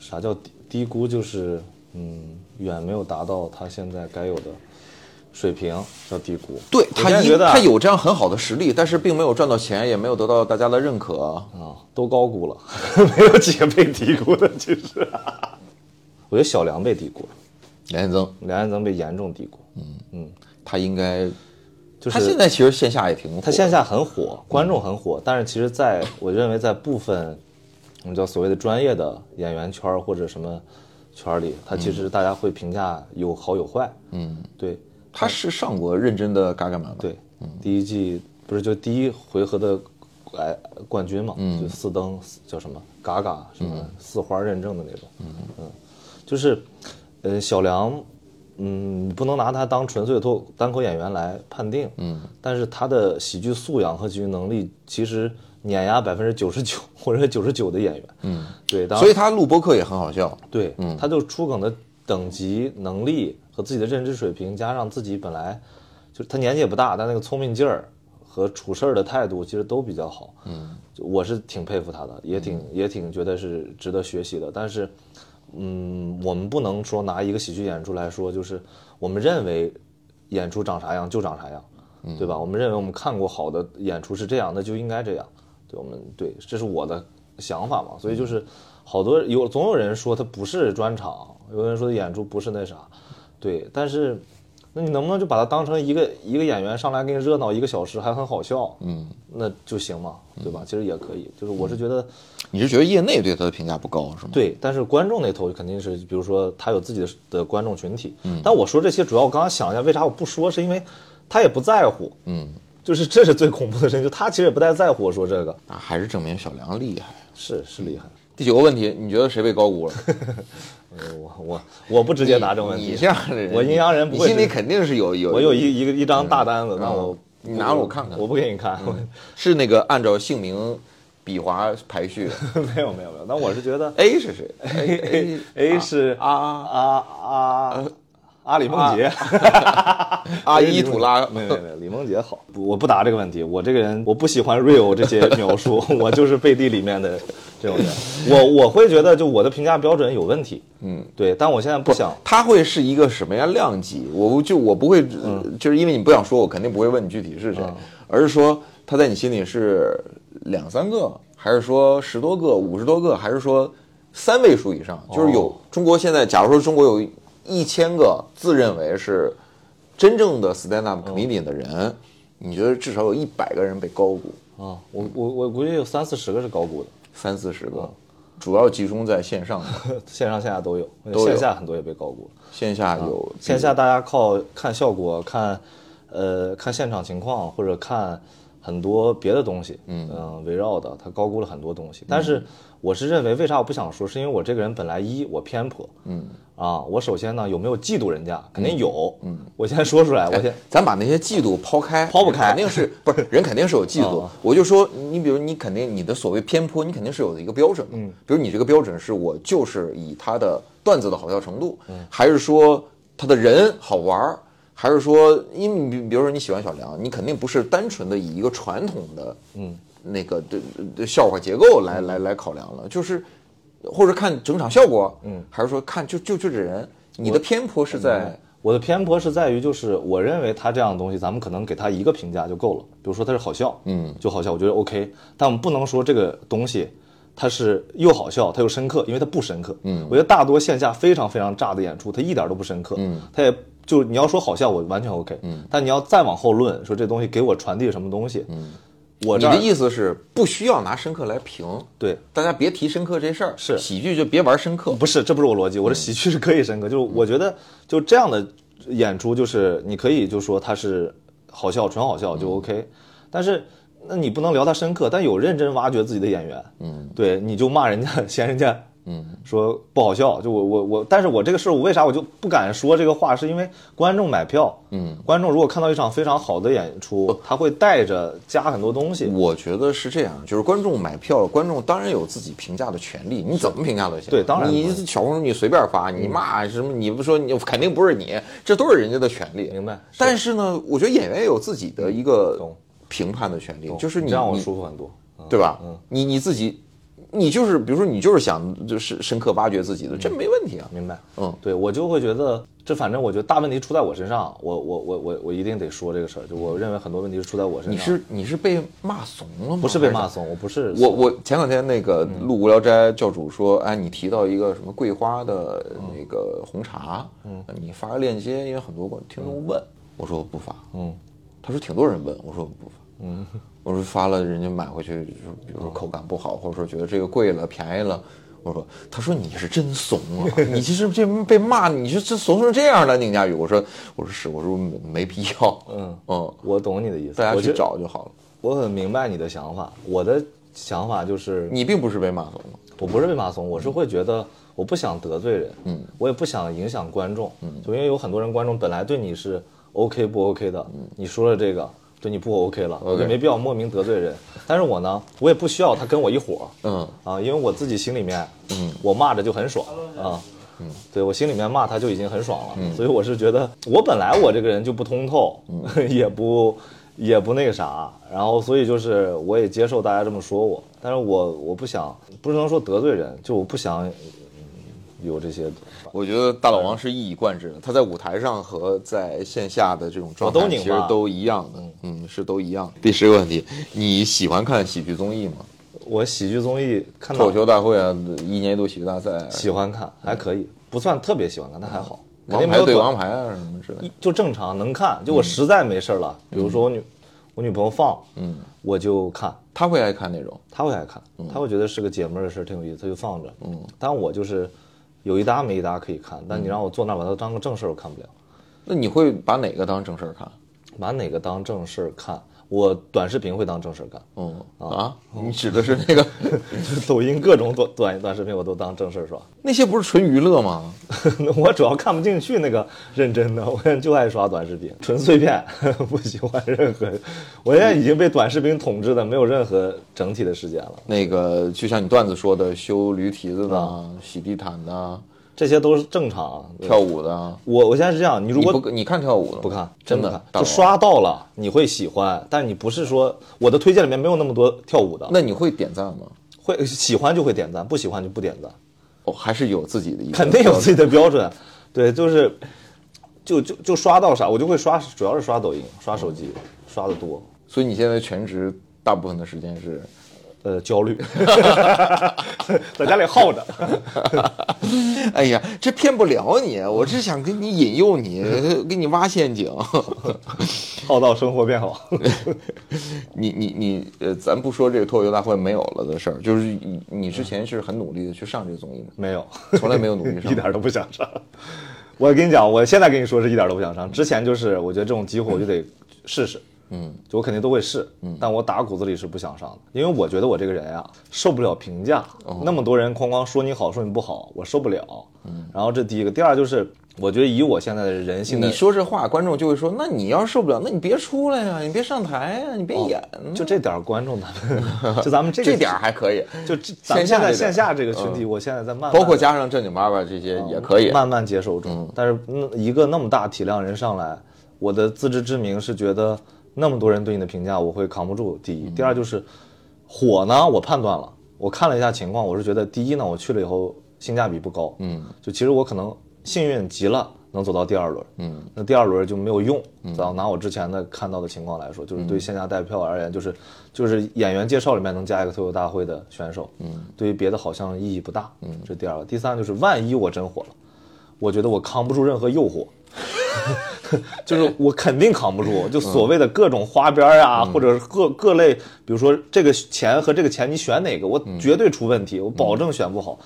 D: 啥叫低低估？就是嗯，远没有达到他现在该有的水平，叫低估。
C: 对
D: 我现
C: 他
D: 在
C: 一
D: 觉得啊
C: 他有这样很好的实力，但是并没有赚到钱，也没有得到大家的认可。
D: 啊，都高估了， 没有几个被低估的，其实。我觉得小梁被低估，
C: 梁彦增，
D: 梁彦增被严重低估。
C: 他应该，
D: 就是
C: 他现在其实线下也挺火，
D: 他线下很火，观众很火，但是其实在我认为在部分我们叫所谓的专业的演员圈儿或者什么圈儿里，他其实大家会评价有好有坏。嗯，对
C: 他是上过认真的嗯嘎嘎满满。
D: 对，第一季不是就第一回合的。哎，冠军嘛，
C: 嗯
D: 就四灯四叫什么嘎嘎什么四花认证的那
C: 嗯
D: 种，嗯就是，呃，小梁，嗯，你不能拿他当纯粹的脱单口演员来判定，嗯，但是他的喜剧素养和喜剧能力其实碾压百分之九十九或者九十九的演员，嗯，对，当
C: 所以他录播客也很好笑。
D: 对，他就出梗的等级、能力和自己的认知水平，加上自己本来就是他年纪也不大，但那个聪明劲儿和和处事儿的态度其实都比较好，
C: 嗯，
D: 就我是挺佩服他的，也挺、也挺觉得是值得学习的。但是，嗯，我们不能说拿一个喜剧演出来说，就是我们认为演出长啥样就长啥样，对吧？我们认为我们看过好的演出是这样，那就应该这样。对，我们对，这是我的想法嘛。所以就是好多有总有人说他不是专场，有人说演出不是那啥，对，但是。那你能不能就把它当成一个一个演员上来给你热闹一个小时，还很好笑，
C: 嗯，
D: 那就行嘛，对吧？其实也可以，就是我是觉得，
C: 你是觉得业内对他的评价不高是吗？，
D: 对，但是观众那头肯定是，比如说他有自己的的观众群体。
C: 嗯
D: 但我说这些，主要我刚刚想一下，为啥我不说，是因为他也不在乎，
C: 嗯，
D: 就是这是最恐怖的事情，就他其实也不太在乎我说这个，
C: 那还是证明小梁厉害。
D: 是是厉害。
C: 第九个问题，你觉得谁被高估了？
D: 呃我我我 不直接答这个问
C: 你
D: 题，
C: 你这样的人，
D: 我阴阳人不
C: 你
D: 会
C: 心里
D: 是
C: 肯定是有有，
D: 我有一一个一张大单子，那我
C: 你拿我看嗯看
D: 我不给你看，我
C: 是那个按照姓名笔划排序
D: 没有没有没有，那我是觉得。
C: ，A 是 谁？A 哎
D: A 是
C: 啊呃啊
D: 啊啊阿里梦洁，
C: 阿依土拉，
D: 没有没有没有，李梦洁好。不我不答这个问题，我这个人我不喜欢 real 这些描述， 我就是背地里面的这种人。我我会觉得就我的评价标准有问题，嗯，对，但我现在不想。
C: 他会是一个什么样量级？我就我不会，呃
D: 嗯
C: 就是因为你不想说，我肯定不会问你具体是谁，而是说他在你心里是两三个，还是说十多个、五十多个，还是说三位数以上？就是
D: 哦
C: 有中国现在，假如说中国有一千个自认为是真正的 stand up
D: 嗯
C: comedian 的人，你觉得至少有一百个人被高估，
D: 啊，我我我估计有三四十个是高估的，
C: 三四十
D: 嗯
C: 个，主要集中在线上的，
D: 线上线下都有，
C: 都有
D: 线下很多也被高估了。
C: 线下有
D: 嗯线下大家靠看效果、看呃看现场情况或者看很多别的东西，嗯、围绕的他高估了很多东西。但是我是认为，为啥我不想说，是因为我这个人本来一我偏颇，嗯啊，我首先呢有没有嫉妒人家，肯定有，嗯，我先说出来，我先。
C: 咱把那些嫉妒抛开，
D: 哎抛不开
C: 肯定是不是人肯定是有嫉妒。
D: 啊
C: 我就说，你比如你肯定你的所谓偏颇，你肯定是有一个标准的。嗯，比如你这个标准是我就是以他的段子的好笑程度，还是说他的人好玩儿，还是说因为你比比如说你喜欢小梁，你肯定不是单纯的以一个传统的嗯那个的的笑话结构来来来考量了，就是或者看整场效果，嗯，还是说看就就就这人，你的偏颇是在
D: 我的偏颇是在于，就是我认为他这样的东西，咱们可能给他一个评价就够了。比如说他是好笑，嗯，就好笑，我觉得 OK。但我们不能说这个东西它是又好笑，它又深刻，因为它不深刻。嗯，我觉得大多线下非常非常炸的演出，它一点都不深刻。嗯，它也就你要说好笑，我完全 OK。嗯，但你要再往后论，说这东西给我传递什么东西，嗯，我
C: 你
D: 这儿
C: 的意思是不需要拿深刻来评，
D: 对
C: 大家别提深刻这事儿，
D: 是
C: 喜剧就别玩深刻。
D: 不是，这不是我逻辑，
C: 嗯
D: 我的喜剧是可以深刻，就是我觉得就这样的演出，就是你可以就说它是好笑，纯好笑
C: 嗯
D: 就 OK，、但是那你不能聊它深刻，但有认真挖掘自己的演员，嗯，对，你就骂人家， 嫌人家，嗯，说不好笑，就我我我，但是我这个事儿，我为啥我就不敢说这个话，是因为观众买票，嗯，观众如果看到一场非常好的演出，他会带着加很多东西，
C: 我觉得是这样，就是观众买票，观众当然有自己评价的权利，你怎么评价都行。
D: 对当然嗯
C: 你小红书你随便发，你骂什么，你不说你肯定不是你，这都是人家的权利。
D: 明白是
C: 但是呢，我觉得演员也有自己的一个
D: 懂
C: 评判的权利，就是你
D: 这样我嗯
C: 你
D: 舒服很多，
C: 对吧？你你自己，你就是比如说你就是想就是深刻挖掘自己的，这没问题啊。
D: 嗯明白，
C: 嗯
D: 对我就会觉得，这反正我觉得大问题出在我身上，我我我我我一定得说这个事儿，就我认为很多问题是出在我身上。
C: 你是你是被骂怂了吗？
D: 不是被
C: 还
D: 骂怂？我不是嗯
C: 我我前两天那个录无聊斋教主说，哎，你提到一个什么桂花的
D: 嗯
C: 那个红茶，嗯，你发个链接，因为很多观听
D: 嗯
C: 众问，我说我不发，嗯，他说挺多人问，我说我不发，嗯，我说发了人家买回去，就是比如说口感不好，或者说觉得这个贵了便宜了。我说，他说你是真怂啊！你其实这被骂，你是这怂成这样了，宁佳宇。我说，我说是，我说没没必要，嗯嗯，
D: 我懂你的意思，
C: 大家
D: 我
C: 去
D: 觉得
C: 找就好了。
D: 我很明白你的想法，我的想法就是，
C: 你并不是被骂怂了，
D: 我不是被骂怂，我是会觉得我不想得罪人，嗯，我也不想影响观众，嗯，就因为有很多人观众本来对你是 OK 不 OK 的，你说了这个对你不 OK 了，我
C: 嗯
D: 就
C: OK
D: 没必要莫名得罪人。但是我呢，我也不需要他跟我一伙儿，
C: 嗯。
D: 啊，因为我自己心里面，嗯，我骂着就很爽啊，嗯，对我心里面骂
C: 嗯
D: 他
C: 嗯
D: 就已经很爽了，所以我是觉得我本来我这个人就不通透，也不也不那个啥，然后所以就是我也接受大家这么说我，但是我我不想不能说得罪人，就我不想嗯有这些，
C: 我觉得大老王是一以贯之的，他在舞台上和在线下的这种状
D: 哦我
C: 态
D: 都拧
C: 其
D: 巴
C: 实都一样的，嗯，是都一样的。第十个问题，你喜欢看喜剧综艺吗？
D: 我喜剧综艺看
C: 脱
D: 到
C: 口秀大会啊，一年一度喜剧大赛，啊
D: 喜欢看还可以，不算特别喜欢看，但还好，肯
C: 王
D: 定没
C: 牌
D: 有
C: 对
D: 短
C: 王牌啊什么之类的。
D: 就正常能看，就我实在没事儿了，比如说我女我女朋友放，嗯，我就看，
C: 他会爱看那种，
D: 她会爱看，她会觉得是个解闷儿的事儿，挺有意思，她就放着，嗯，但我就是有一搭没一搭可以看，但你让我坐那儿把它当个正事儿，我看不了。
C: 那你会把哪个当正事儿看？
D: 把哪个当正事儿看？我短视频会当正事儿 看，
C: 嗯啊，你指的是那个
D: 抖音各种短短短视频我都当正事儿刷。
C: 那些不是纯娱乐吗？
D: 我主要看不进去那个认真的，我就爱刷短视频，纯碎片， 不喜欢任何。我现在已经被短视频统治的没有任何整体的时间了，
C: 那个就像你段子说的，修驴蹄子
D: 嗯
C: 的、啊洗地毯的、啊
D: 这些都是正常啊。对
C: 跳舞的，
D: 我我现在是这样，你如
C: 你
D: 果
C: 不你看跳舞的
D: 不看，
C: 真
D: 的
C: 的
D: 不看
C: 大佬
D: 就刷到了你会喜欢，但你不是说我的推荐里面没有那么多跳舞的，
C: 那你会点赞吗？
D: 会喜欢就会点赞，不喜欢就不点赞。
C: 哦，还是有自己的一个
D: 肯定有自己的 标准。对，就是就就就刷到啥，我就会刷，主要是刷抖音、刷手机，刷的多。
C: 所以你现在全职大部分的时间是，
D: 呃，焦虑，在家里耗着。
C: 哎呀，这骗不了你，啊
D: 嗯
C: 我是想给你引诱 你，给你挖陷阱。
D: 耗到生活变好。
C: 你你你，呃，咱不说这个脱口秀大会没有了的事儿，就是你你之前是很努力的去上这个综艺的，
D: 没有，
C: 从来没有努 力上
D: 一点都不想上。我跟你讲，我现在跟你说是一点都不想上。之前就是我觉得这种机会我就得试试，嗯，就我肯定都会试，嗯，但我打骨子里是不想上的，因为我觉得我这个人呀、受不了评价，
C: 哦
D: 那么多人哐哐说你好说你不好，我受不了。嗯，然后这第一个，第二就是我觉得以我现在的人性的，
C: 你说这话，观众就会说：“那你要是受不了，那你别出来呀、啊你别上台呀、你别演、
D: 就这点儿观众他 们，就咱哦们这个
C: 这点儿还可以，
D: 就这咱们
C: 线下这点
D: 现在
C: 嗯
D: 线下这个群体，我现在在慢慢
C: 包括
D: 地
C: 加上正经八百这些也可以。
D: 嗯哦
C: 嗯
D: 慢慢接受中。但是那一个那么大体量人上来，我的自知之明是觉得那么多人对你的评价，我会扛不住。第
C: 嗯
D: 一，第二就是火呢，我判断了，我看了一下情况，我是觉得第一呢，我去了以后性价比不高，嗯，就其实我可能幸运极了。能走到第二轮，嗯，那第二轮就没有用。然后拿我之前的看到的情况来说，就是对线下带票而言，就是就是演员介绍里面能加一个脱口大会的选手，嗯，对于别的好像意义不大，嗯，这第二个。第三就是万一我真火了，我觉得我扛不住任何诱惑，就是我肯定扛不住。
C: 嗯
D: 就所谓的各种花边儿啊，或者是各各类，比如说这个钱和这个钱你选哪个，我
C: 嗯
D: 绝对出问题，我保证选不好。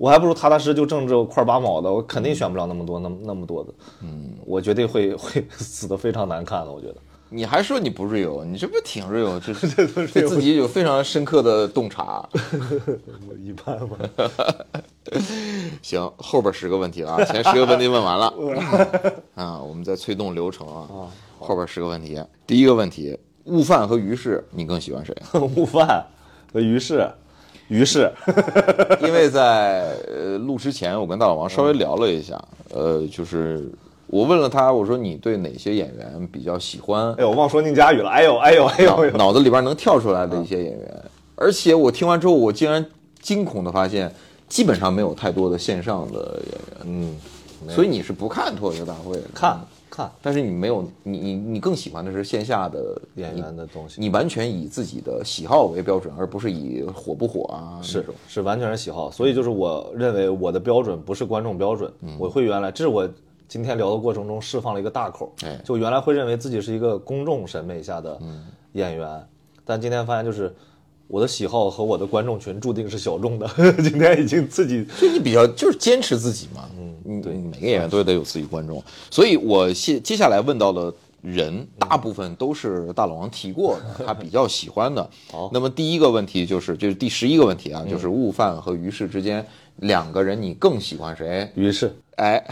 D: 我还不如踏踏实实就挣这块八毛的，我肯
C: 嗯
D: 定选不了那么多，那么那么多的。嗯，我绝对会会 死的非常难看的，我觉得。
C: 你还说你不 real，你这不挺 real，这 是对自己有非常深刻的洞 察。
D: 我一般吧。
C: 行，后边十个问题了啊，前十个问题 问完了嗯啊，我们在催动流程啊。后边十个问题，第一个问题，悟饭和于适，你更喜欢谁？啊
D: 悟饭和于是，于是
C: 因为在呃录之前，我跟大老王稍微聊了一下，呃，就是我问了他，我说你对哪些演员比较喜欢
D: 哎？呦，忘说宁佳宇了。哎呦，哎呦，哎呦，
C: 脑
D: 哎呦，
C: 脑子里边能跳出来的
D: 嗯
C: 一些演员，而且我听完之后，我竟然惊恐的发现，基本上没有太多的线上的演员，
D: 嗯，
C: 所以你是不看脱口秀大会的，嗯
D: 看，看
C: 但是你没有，你你你更喜欢的是线下的
D: 演
C: 你
D: 员的东西。
C: 你完全以自己的喜好为标准，而不是以火不火啊那
D: 是
C: 种
D: 是完全是喜好，所以就是我认为我的标准不是观众标准，
C: 嗯
D: 我会原来这是我今天聊的过程中释放了一个大口，
C: 哎嗯
D: 就原来会认为自己是一个公众审美下的演员，但今天发现就是我的喜好和我的观众群注定是小众的， 今天已经 自己
C: 所以你比较就是坚持自己嘛，嗯，对，每个演员都得有自己观众，所以我接接下来问到的人，大部分都是大老王提过的，他比较喜欢的。 好，那么第一个问题就是，就是第十一个问题啊，就是悟饭和于适之间两个人，你更喜欢谁？
D: 于是
C: 哎，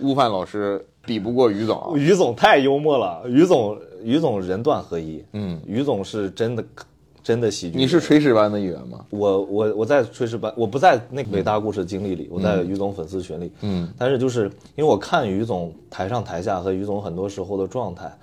C: 悟饭老师比不过于 总，啊
D: 于总太幽默了，于总于总人段合一，嗯，于总是真的真的喜剧人，
C: 你是炊事班的一员吗？
D: 我我我在炊事班，我不在那个伟大故事经历里，我在于总粉丝群里。嗯，但是就是因为我看于总台上台下和于总很多时候的状态，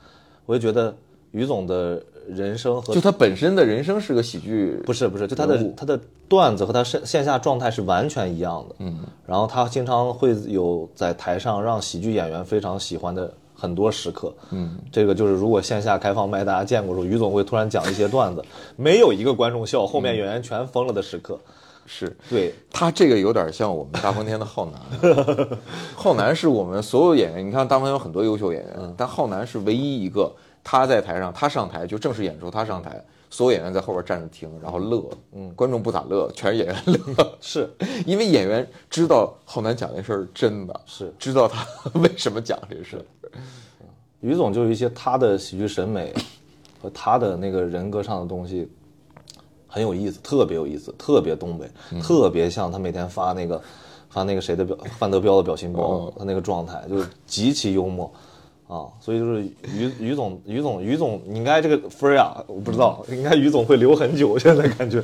D: 我就觉得于总的人生和
C: 就他本身的人生是个喜剧，
D: 不是不是，就他的他的段子和他线线下状态是完全一样的。嗯，然后他经常会有在台上让喜剧演员非常喜欢的很多时刻。嗯，这个就是如果线下开放麦大家见过的时候，于总会突然讲一些段子，没有一个观众笑，后面演员全疯了的时刻。
C: 是
D: 嗯对
C: 他这个有点像我们大风天的浩 南，浩南是我们所有演员，你看大风天有很多优秀演员，
D: 嗯
C: 但浩南是唯一一个他在台上，他上台就正式演出，他上台，所有演员在后边站着听，然后乐，嗯，观众不咋乐，全是演员乐，
D: 是
C: 因为演员知道浩南讲这事儿真的
D: 是
C: 知道他为什么讲这事儿，
D: 于总就有一些他的喜剧审美和他的那个人格上的东西很有意思，特别有意思，特别东北，
C: 嗯
D: 特别像他每天发那个发那个谁的表范德彪的表情包，
C: 哦
D: 他那个状态就是极其幽默。啊，所以就是于于总，于总，于总，你应该这个分儿呀，我不知道，应该于总会留很久，现在感觉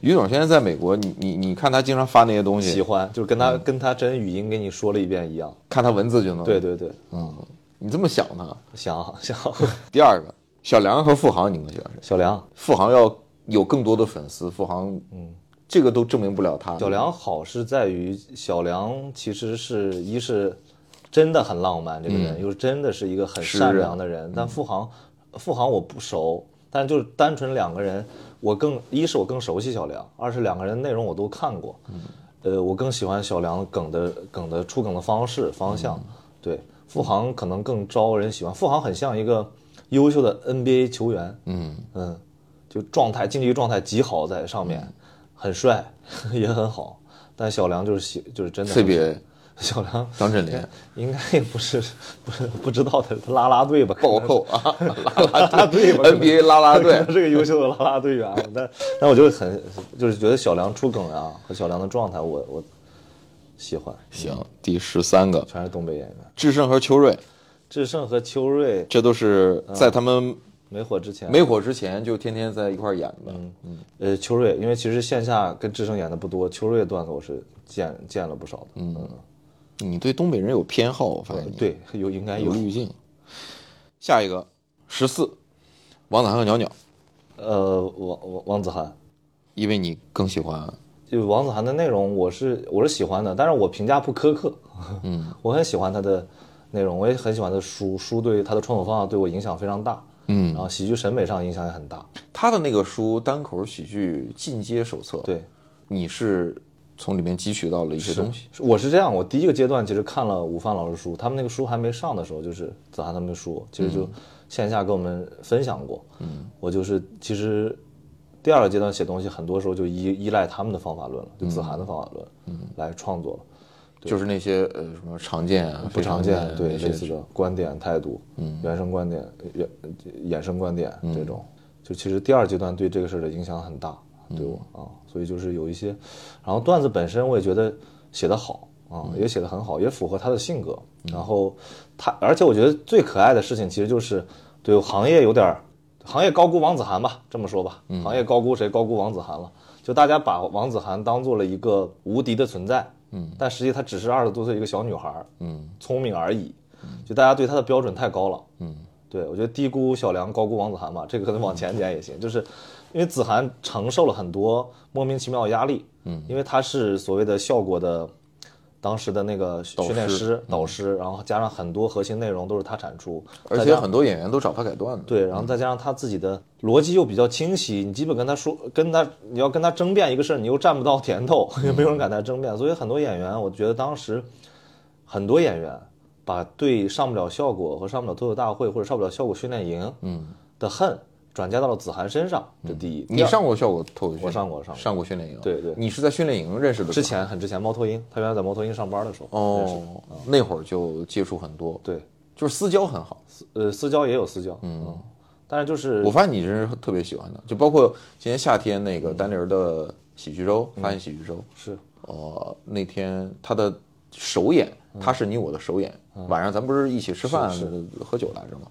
C: 于总现在在美国，你你你看他经常发那些东
D: 喜
C: 西，
D: 欢，就是跟他、
C: 嗯
D: 跟他真语音给你说了一遍一样。
C: 看他文字就能
D: 对，对对，
C: 嗯，你这么想他。
D: 想想
C: 第二个，小梁和付航，你们觉得谁？
D: 小梁，
C: 付航要有更多的粉丝，付航，嗯，这个都证明不了他。
D: 小梁好是在于小梁其实是一是真的很浪漫这个人，又真的是一个很
C: 诗
D: 善
C: 人
D: 良的人。但付航，付航我不熟，但就是单纯两个人，我更一是我更熟悉小梁，二是两个人内容我都看过，呃，我更喜欢小梁梗的梗的出梗的方式方向。对，付航可能更招人喜欢，付航很像一个优秀的 NBA 球员，
C: 嗯，
D: 嗯，就状态竞技状态极好，在上
C: 嗯
D: 面、很帅， 也很好。但小梁就是喜，就是真的不 是
C: CBA
D: 小梁
C: 张镇 麟、
D: 应该也不是不是不知道他他拉拉队吧？可能
C: 暴
D: 是
C: 扣啊， 拉拉 队
D: 吧可能
C: ，NBA 拉拉队
D: 他，是个优秀的拉拉队员，啊但但我就很就是觉得小梁出梗啊和小梁的状态我，我喜欢，
C: 行，第十三个，
D: 全是东北演员，
C: 智胜和邱瑞，
D: 智胜和邱瑞
C: 这都是在他们
D: 没火之前
C: 没火之前就天天在一块儿演的。
D: 呃，秋瑞，因为其实线下跟智胜演的不多，秋瑞的段子我是见见了不少的。嗯，
C: 你对东北人有偏好，我发现你
D: 对，有应该
C: 有
D: 有。
C: 滤镜。下一个十四，王子涵和袅袅，
D: 呃，王王王子涵，
C: 因为你更喜欢
D: 就王子涵的内容，我是我是喜欢的，但是我评价不苛刻。嗯，我很喜欢他的内容，我也很喜欢他的书，书对他的创作方向对我影响非常大。
C: 嗯
D: 然后喜剧审美上影响也很大。
C: 他的那个书《单口喜剧进阶手册》，
D: 对，
C: 你是从里面汲取到了一些东西。
D: 我是这样，我第一个阶段其实看了午饭老师书，他们那个书还没上的时候，就是子涵他们的书，其实就线下跟我们分享过。嗯，我就是其实第二个阶段写东西，很多时候就依依赖他们的方法论了，就子涵的方法论，嗯，来创作了。
C: 就是那些呃什么常见啊、
D: 不常见，对
C: 这
D: 类似的观点、态度、原生观点、衍衍生观点这种，就其实第二阶段对这个事儿的影响很大，对我啊，所以就是有一些，然后段子本身我也觉得写得好啊，也写得很好，也符合他的性格。然后他，而且我觉得最可爱的事情其实就是对行业有点儿，行业高估王子涵吧，这么说吧，行业高估谁？高估王子涵了。就大家把王子涵当做了一个无敌的存在，嗯，但实际她只是二十多岁一个小女孩，嗯，聪明而已，就大家对她的标准太高了，嗯，对我觉得低估小梁，高估王子涵吧，这个可能往前点也行，就是因为子涵承受了很多莫名其妙的压力，嗯，因为她是所谓的效果的。当时的那个训练师、导师，然后加上很多核心内容都是她产出，
C: 而
D: 再
C: 且
D: 加
C: 很多演员都找他改段子。，
D: 对，然后再加上他自己的逻辑又比较清晰，你基本跟他说，跟他你要跟他争辩一个事儿，你又占不到甜头，也没有
C: 嗯
D: 人敢跟他争辩，所以很多演员，我觉得当时很多演员把对上不了效果和上不了脱口大会或者上不了效果训练营，嗯，的恨转嫁到了子涵身上，这第一。第
C: 嗯你
D: 二
C: 上过效果脱口秀？
D: 我上过上过
C: 上过训练营。
D: 对对
C: 你是在训练营认识的。
D: 之前很之前猫头鹰，他原来在猫头鹰上班的时候，认识的，
C: 哦，那会儿就接触很多，
D: 对，
C: 就是私交很好。
D: 呃，私交也有私交，嗯，但是就是
C: 我发现你真是特别喜欢他，就包括今年夏天那
D: 嗯
C: 个丹尼尔的喜剧周，发现喜剧周，
D: 是
C: 呃，那天他的首演，他是你我的首演，晚上咱不嗯是一起吃饭
D: 是
C: 喝酒来着吗？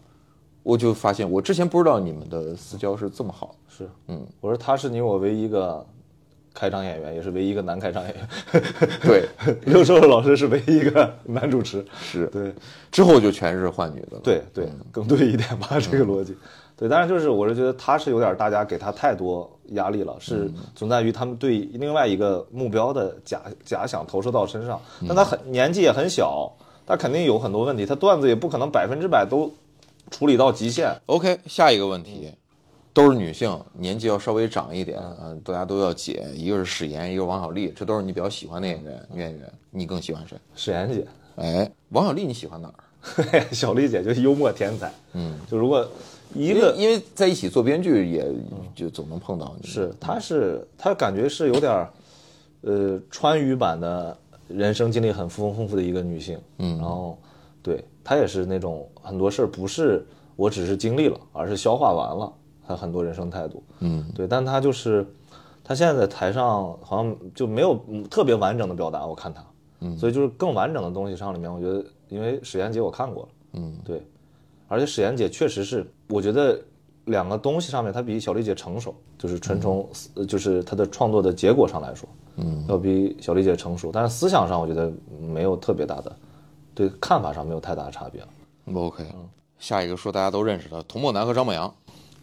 C: 我就发现，我 之前不知道你们的私交是这么好，
D: 是，嗯，我说他是你我唯一一个开场演员，也是唯一一个男开场演员。
C: 对，
D: 刘寿寿老师是唯一一个男主持。
C: 是
D: 对
C: 之后就全是换女的了。
D: 对对，更对一点吧，这个逻辑。对，当然就是我是觉得他是有点大家给他太多压力了，是存在于他们对另外一个目标的假假想投射到身上。但他很年纪也很小，他肯定有很多问题，他段子也不可能百分之百都处理到极限。
C: OK，下一个问题，嗯都是女性，年纪要稍微长一点，嗯，大家都要解，一个是史岩，一个是王小利，这都是你比较喜欢的演员。女演员，你更喜欢谁？
D: 史岩姐，
C: 哎，王小利你喜欢哪儿？
D: 小丽姐就是幽默天才，
C: 嗯，
D: 就如果一
C: 因为
D: 个
C: 因为在一起做编剧也就总能碰到你。
D: 是，他是他感觉是有点儿，呃，川渝版的人生经历很丰丰富的一个女性，嗯，然后对她也是那种很多事儿不是我只是经历了，而是消化完了，她很多人生态度，
C: 嗯，
D: 对，但她就是她现在在台上好像就没有嗯特别完整的表达，我看她，嗯，所以就是更完整的东西上里面，我觉得因为史岩姐我看过了，
C: 嗯，
D: 对，而且史岩姐确实是，我觉得两个东西上面，她比小丽姐成熟，就是纯从思、呃就是她的创作的结果上来说，嗯，要比小丽姐成熟，但是思想上我觉得没有特别大的，对看法上没有太大的差别了。
C: OK，下一个说大家都认识的童漠南和张牧阳，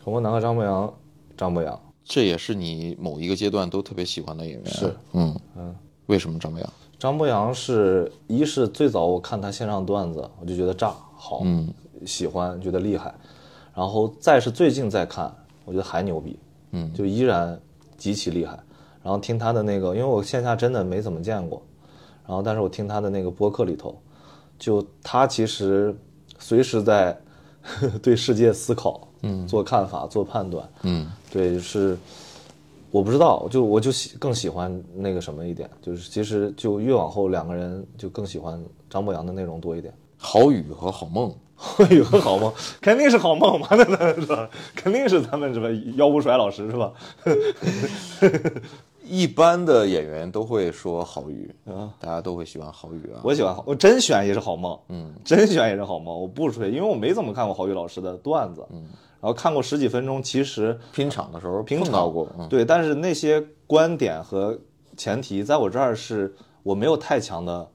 D: 童国南和张博洋，张博洋
C: 这也是你某一个阶段都特别喜欢的演员。
D: 是，
C: 嗯嗯，为什么张牧阳？
D: 张博洋是一是最早我看他线上段子，我就觉得炸好，嗯，喜欢觉得厉害，然后再是最近再看，我觉得还牛逼，嗯，就依然极其厉害。然后听他的那个，因为我线下真的没怎么见过，然后但是我听他的那个播客里头，就他其实随时在 对世界思考，嗯，做看法、做判断，
C: 嗯，
D: 对，是我不知道，就我就喜更喜欢那个什么一点，就是其实就越往后两个人就更喜欢张博洋的内容多一点。
C: 好雨和好梦。
D: 有个好梦， 肯定是好梦嘛，那那是吧？肯定是他们是吧？腰不甩老师是吧？
C: 一般的演员都会说好雨啊，大家都会喜欢好雨啊。
D: 我喜欢好，我甄选也是好梦，嗯，甄选也是好梦，我不吹，因为我没怎么看过郝宇老师的段子，嗯，然后看过十几分钟，其实
C: 拼场的时候
D: 平
C: 碰
D: 常
C: 到过，嗯，
D: 对，但是那些观点和前提，在我这儿是我没有太强的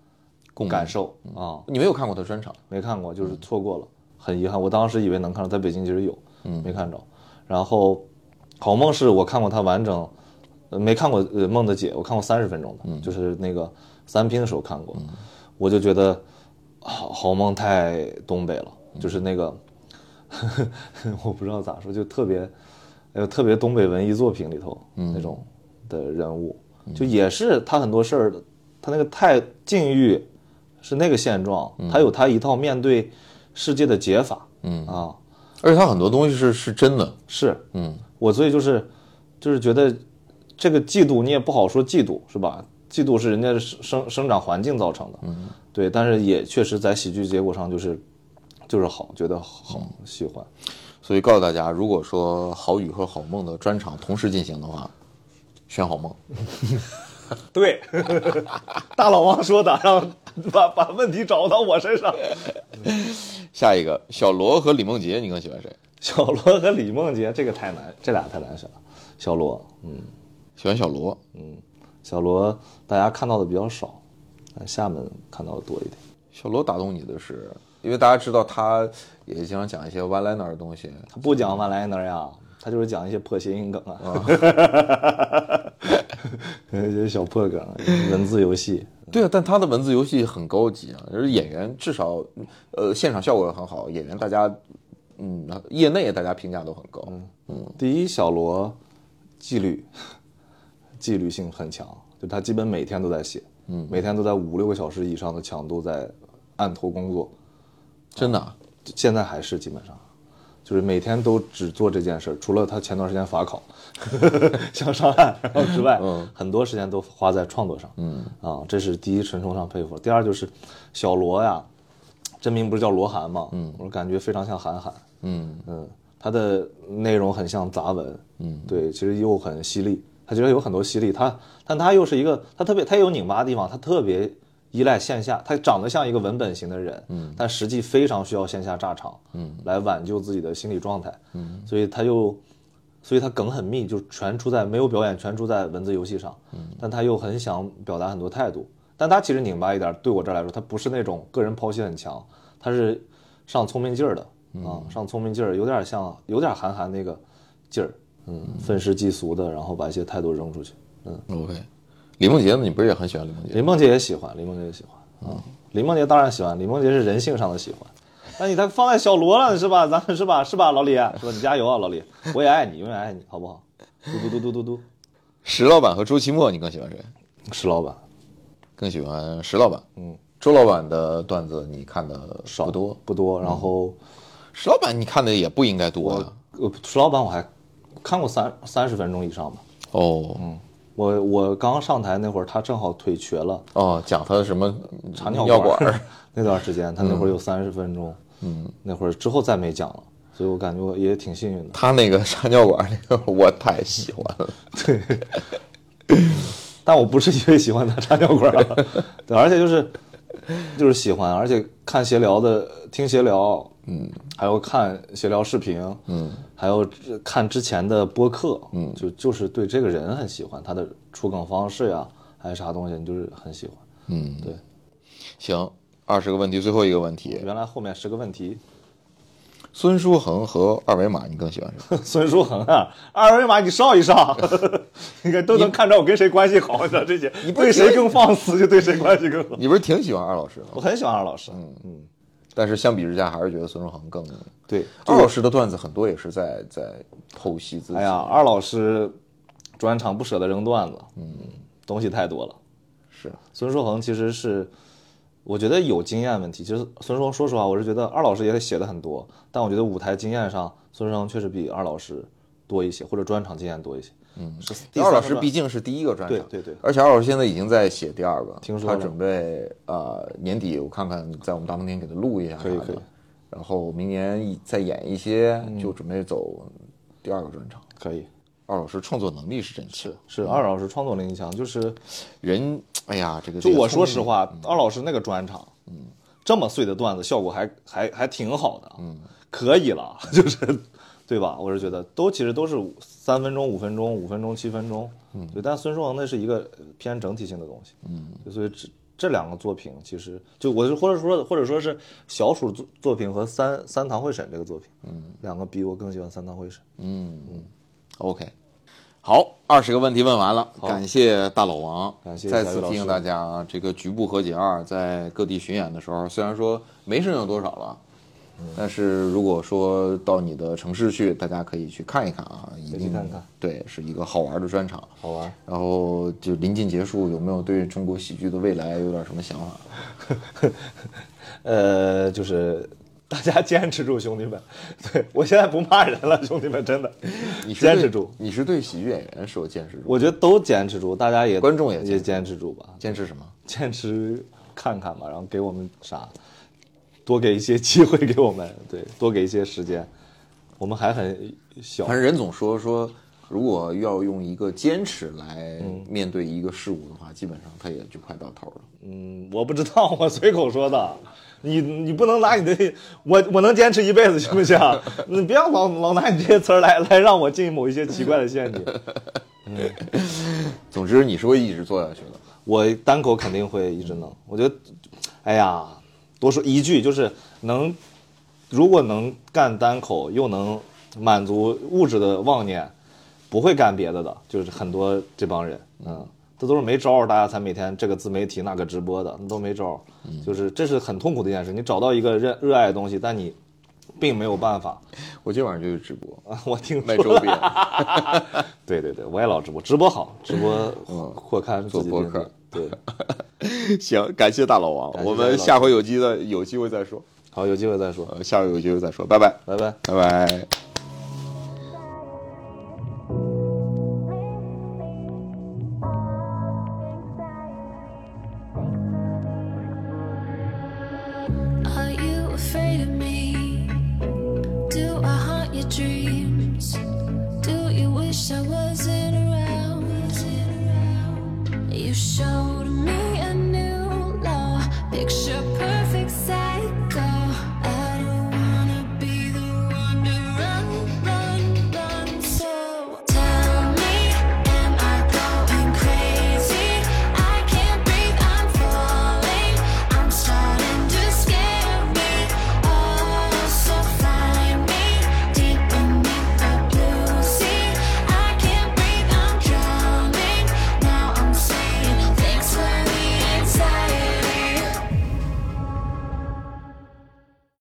D: 感受啊、
C: 你没有看过他专场，
D: 没看过，就是错过了，很遗憾。我当时以为能看到，在北京其实有，嗯
C: 嗯
D: 没看着。然后《好梦》是我看过它完整，呃没看过呃梦的姐，我看过三十分钟的，就是那个三拼的时候看过，我就觉得好好梦太东北了，就是那个 我不知道咋说，就特别呃特别东北文艺作品里头、那种的人物，就也是他很多事儿，他那个太境遇是那个现状，他有他一套面对世界的解法，嗯啊
C: 而且他很多东西是是真的，
D: 是，
C: 嗯，
D: 我所以就是就是觉得这个嫉妒你也不好说嫉妒是吧？嫉妒是人家的生生生长环境造成的，嗯，对，但是也确实在喜剧结果上就是就是好，觉得好、喜欢，
C: 所以告诉大家，如果说好雨和好梦的专场同时进行的话，选好梦。
D: 对， 大老王说的，让把把问题找到我身上。
C: 下一个小罗和李梦洁，你更喜欢谁？
D: 小罗和李梦洁这个太难，这俩太难选了。小罗，嗯，
C: 喜欢小罗，
D: 小罗大家看到的比较少，但厦门看到的多一点。
C: 小罗打动你的是，因为大家知道他也经常讲一些 one liner 的东西，
D: 他不讲万来那呀，他就是讲一些破谐音梗 啊，一些小破梗，文字游戏。
C: 对啊，但他的文字游戏很高级啊，就是演员至少，呃，现场效果也很好，演员大家，嗯，业内大家评价都很高，
D: 第一，小罗纪律纪律性很强，就他基本每天都在写，嗯，每天都在五六个小时以上的强度在案头工作，
C: 真的啊、
D: 现在还是基本上，就是每天都只做这件事儿，除了他前段时间法考 想上岸然后之外，很多时间都花在创作上。嗯啊，这是第一，纯崇尚佩服。第二就是小罗呀，真名不是叫罗涵吗？嗯，我感觉非常像韩寒。
C: 嗯
D: 嗯，它的内容很像杂文，嗯，对，其实又很犀利，它其实有很多犀利，它但它又是一个，它特别，它也有拧巴的地方，它特别依赖线下，它长得像一个文本型的人，嗯，但实际非常需要线下炸场，嗯，来挽救自己的心理状态，嗯，所以它又所以它梗很密，就全出在没有表演，全出在文字游戏上。但他又很想表达很多态度，但他其实拧巴一点，对我这儿来说，他不是那种个人剖析很强，他是上聪明劲儿的啊，上聪明劲儿，有点像有点韩寒那个劲儿，嗯，愤世嫉俗的，然后把一些态度扔出去。
C: OK，李梦洁呢？你不是也很喜欢李梦洁？
D: 林梦洁也喜欢，林梦洁也喜欢啊，林梦洁当然喜欢，林梦洁是人性上的喜欢。那你他放在小罗了是吧？咱们是吧？是吧，老李？是吧？你加油啊，老李！我也爱你，永远爱你，好不好？嘟嘟嘟嘟嘟嘟，
C: 石老板和周奇墨，你更喜欢谁？
D: 石老板，
C: 更喜欢石老板。嗯，周老板的段子你看的
D: 少
C: 不多，
D: 不多。嗯然后
C: 石老板你看的也不应该多啊呀。
D: 呃，石老板我还看过三三十分钟以上吧。
C: 哦，嗯，
D: 我我刚上台那会儿，他正好腿瘸了，
C: 哦，讲他什么
D: 查
C: 尿
D: 尿
C: 管
D: 儿
C: 儿
D: 那段时间，他那会儿有三十分钟，嗯，那会儿之后再没讲了，所以我感觉我也挺幸运的。
C: 他那个插尿管儿那个，我太喜欢了。
D: 但我不是因为喜欢他插尿管儿 啊，对，而且就是就是喜欢，而且看闲聊的，听闲聊，嗯，还有看闲聊视频，嗯，还有这看之前的播客，嗯，就就是对这个人很喜欢，他的出梗方式呀，还有啥东西，你就是很喜欢。
C: 嗯，
D: 对，
C: 行，二十个问题，最后一个问题，
D: 原来后面十个问题，
C: 孙书恒和二维码，你更喜欢谁？
D: 孙书恒啊，二维码你上一 上，你看都能看着我跟谁关系好，你知道这些，你对谁更放肆就对谁关系更 好。
C: 你不是挺喜欢二老师的吗？
D: 我很喜欢二老师，嗯嗯，
C: 但是相比之下，还是觉得孙书恒更。
D: 对，
C: 二老师的段子很多也是在在剖析自己。
D: 哎呀，，二老师专场不舍得扔段子，嗯，东西太多了。
C: 是
D: 孙书恒其实是，我觉得有经验问题。其实孙书恒，说实话，我是觉得二老师也写的很多，但我觉得舞台经验上，孙书恒确实比二老师多一些，或者专场经验多一些。嗯，是第
C: 二老
D: 三
C: 师
D: 个
C: 毕竟是第一个专场，
D: 对对对
C: 而且二老师现在已经在写第二个，
D: 听说
C: 他
D: 了
C: 准备呃年底我看看在我们大风天给他录一下啥
D: 可以
C: 的，
D: 可以嗯
C: 然后明年再演一些，就准备走第二个专场。
D: 可以
C: 二老师创作能力是真强，
D: 是二老师创作能力强，就是
C: 人哎呀这个
D: 就
C: 这个
D: 我
C: 聪
D: 说实
C: 明
D: 话，二老师那个专场，嗯，这么碎的段子效果还还还挺好的，嗯，可以了， 就是对吧？我是觉得都其实都是五三分钟、五分钟、五分钟、七分钟，嗯，对。但孙书恒那是一个呃偏整体性的东西，嗯，所以这这两个作品其实就我就或者说或者说是小鼠作作品和三三堂会审这个作品，嗯，两个比我更喜欢三堂会审，
C: OK，好，二十个问题问完了，感谢大老王，
D: 感谢
C: 再
D: 小
C: 次
D: 雨老
C: 提醒
D: 师
C: 大家，啊这个《局部和解二》在各地巡演的时候，虽然说没剩下多少了。
D: 嗯
C: 但是如果说到你的城市去，大家可以去看一看啊，一定
D: 看看
C: 对，是一个好玩的专场。
D: 好玩。
C: 然后就临近结束，有没有对中国喜剧的未来有点什么想法？
D: 呃，就是大家坚持住，兄弟们！ 对我现在不骂人了， 兄弟们，真的，
C: 你是对
D: 坚持住。，
C: 你是对喜剧演员说坚持住，
D: 我觉得都坚持住，大家也
C: 观众也
D: 也坚持住吧，
C: 坚持什么？
D: 坚持看看吧，然后给我们啥，多给一些机会给我们，对，多给一些时间，我们还很小
C: 反，正人总说说，如果要用一个坚持来面对一个事物的话，基本上它也就快到头了。
D: 嗯，我不知道，我随口说的。你你不能拿你的我我能坚持一辈子行不 行？你不要老老拿你这些词儿来来让我进某一些奇怪的陷阱。
C: 总之，你是会一直做下去的。
D: 我单口肯定会一直能。我觉得，哎呀，多说一句就是能，如果能干单口，又能满足物质的妄念，不会干别的的，就是很多这帮人，嗯，这都是没招儿，大家才每天这个自媒体那个直播的，那都没招儿，
C: 嗯
D: 就是这是很痛苦的一件事。你找到一个热热爱的东西，但你并没有办法。
C: 我今晚上就去直播
D: 啊我听
C: 卖
D: 说
C: 周
D: 了，
C: 边，
D: 对对对，我也老直播，直播好，直播
C: 嗯
D: 扩刊自己
C: 做播
D: 定位
C: 客，
D: 对，
C: 行，感谢大老王，
D: 感谢
C: 我
D: 大老
C: 们
D: 王
C: 下回有机的有机会再说，
D: 好，有机会再说，
C: 呃，下回有机会再说，拜拜，
D: 拜拜。
C: 拜拜。
E: Are you afraid of me? Do I haunt your dreams? Do you wish I wasn't around? You show Oh,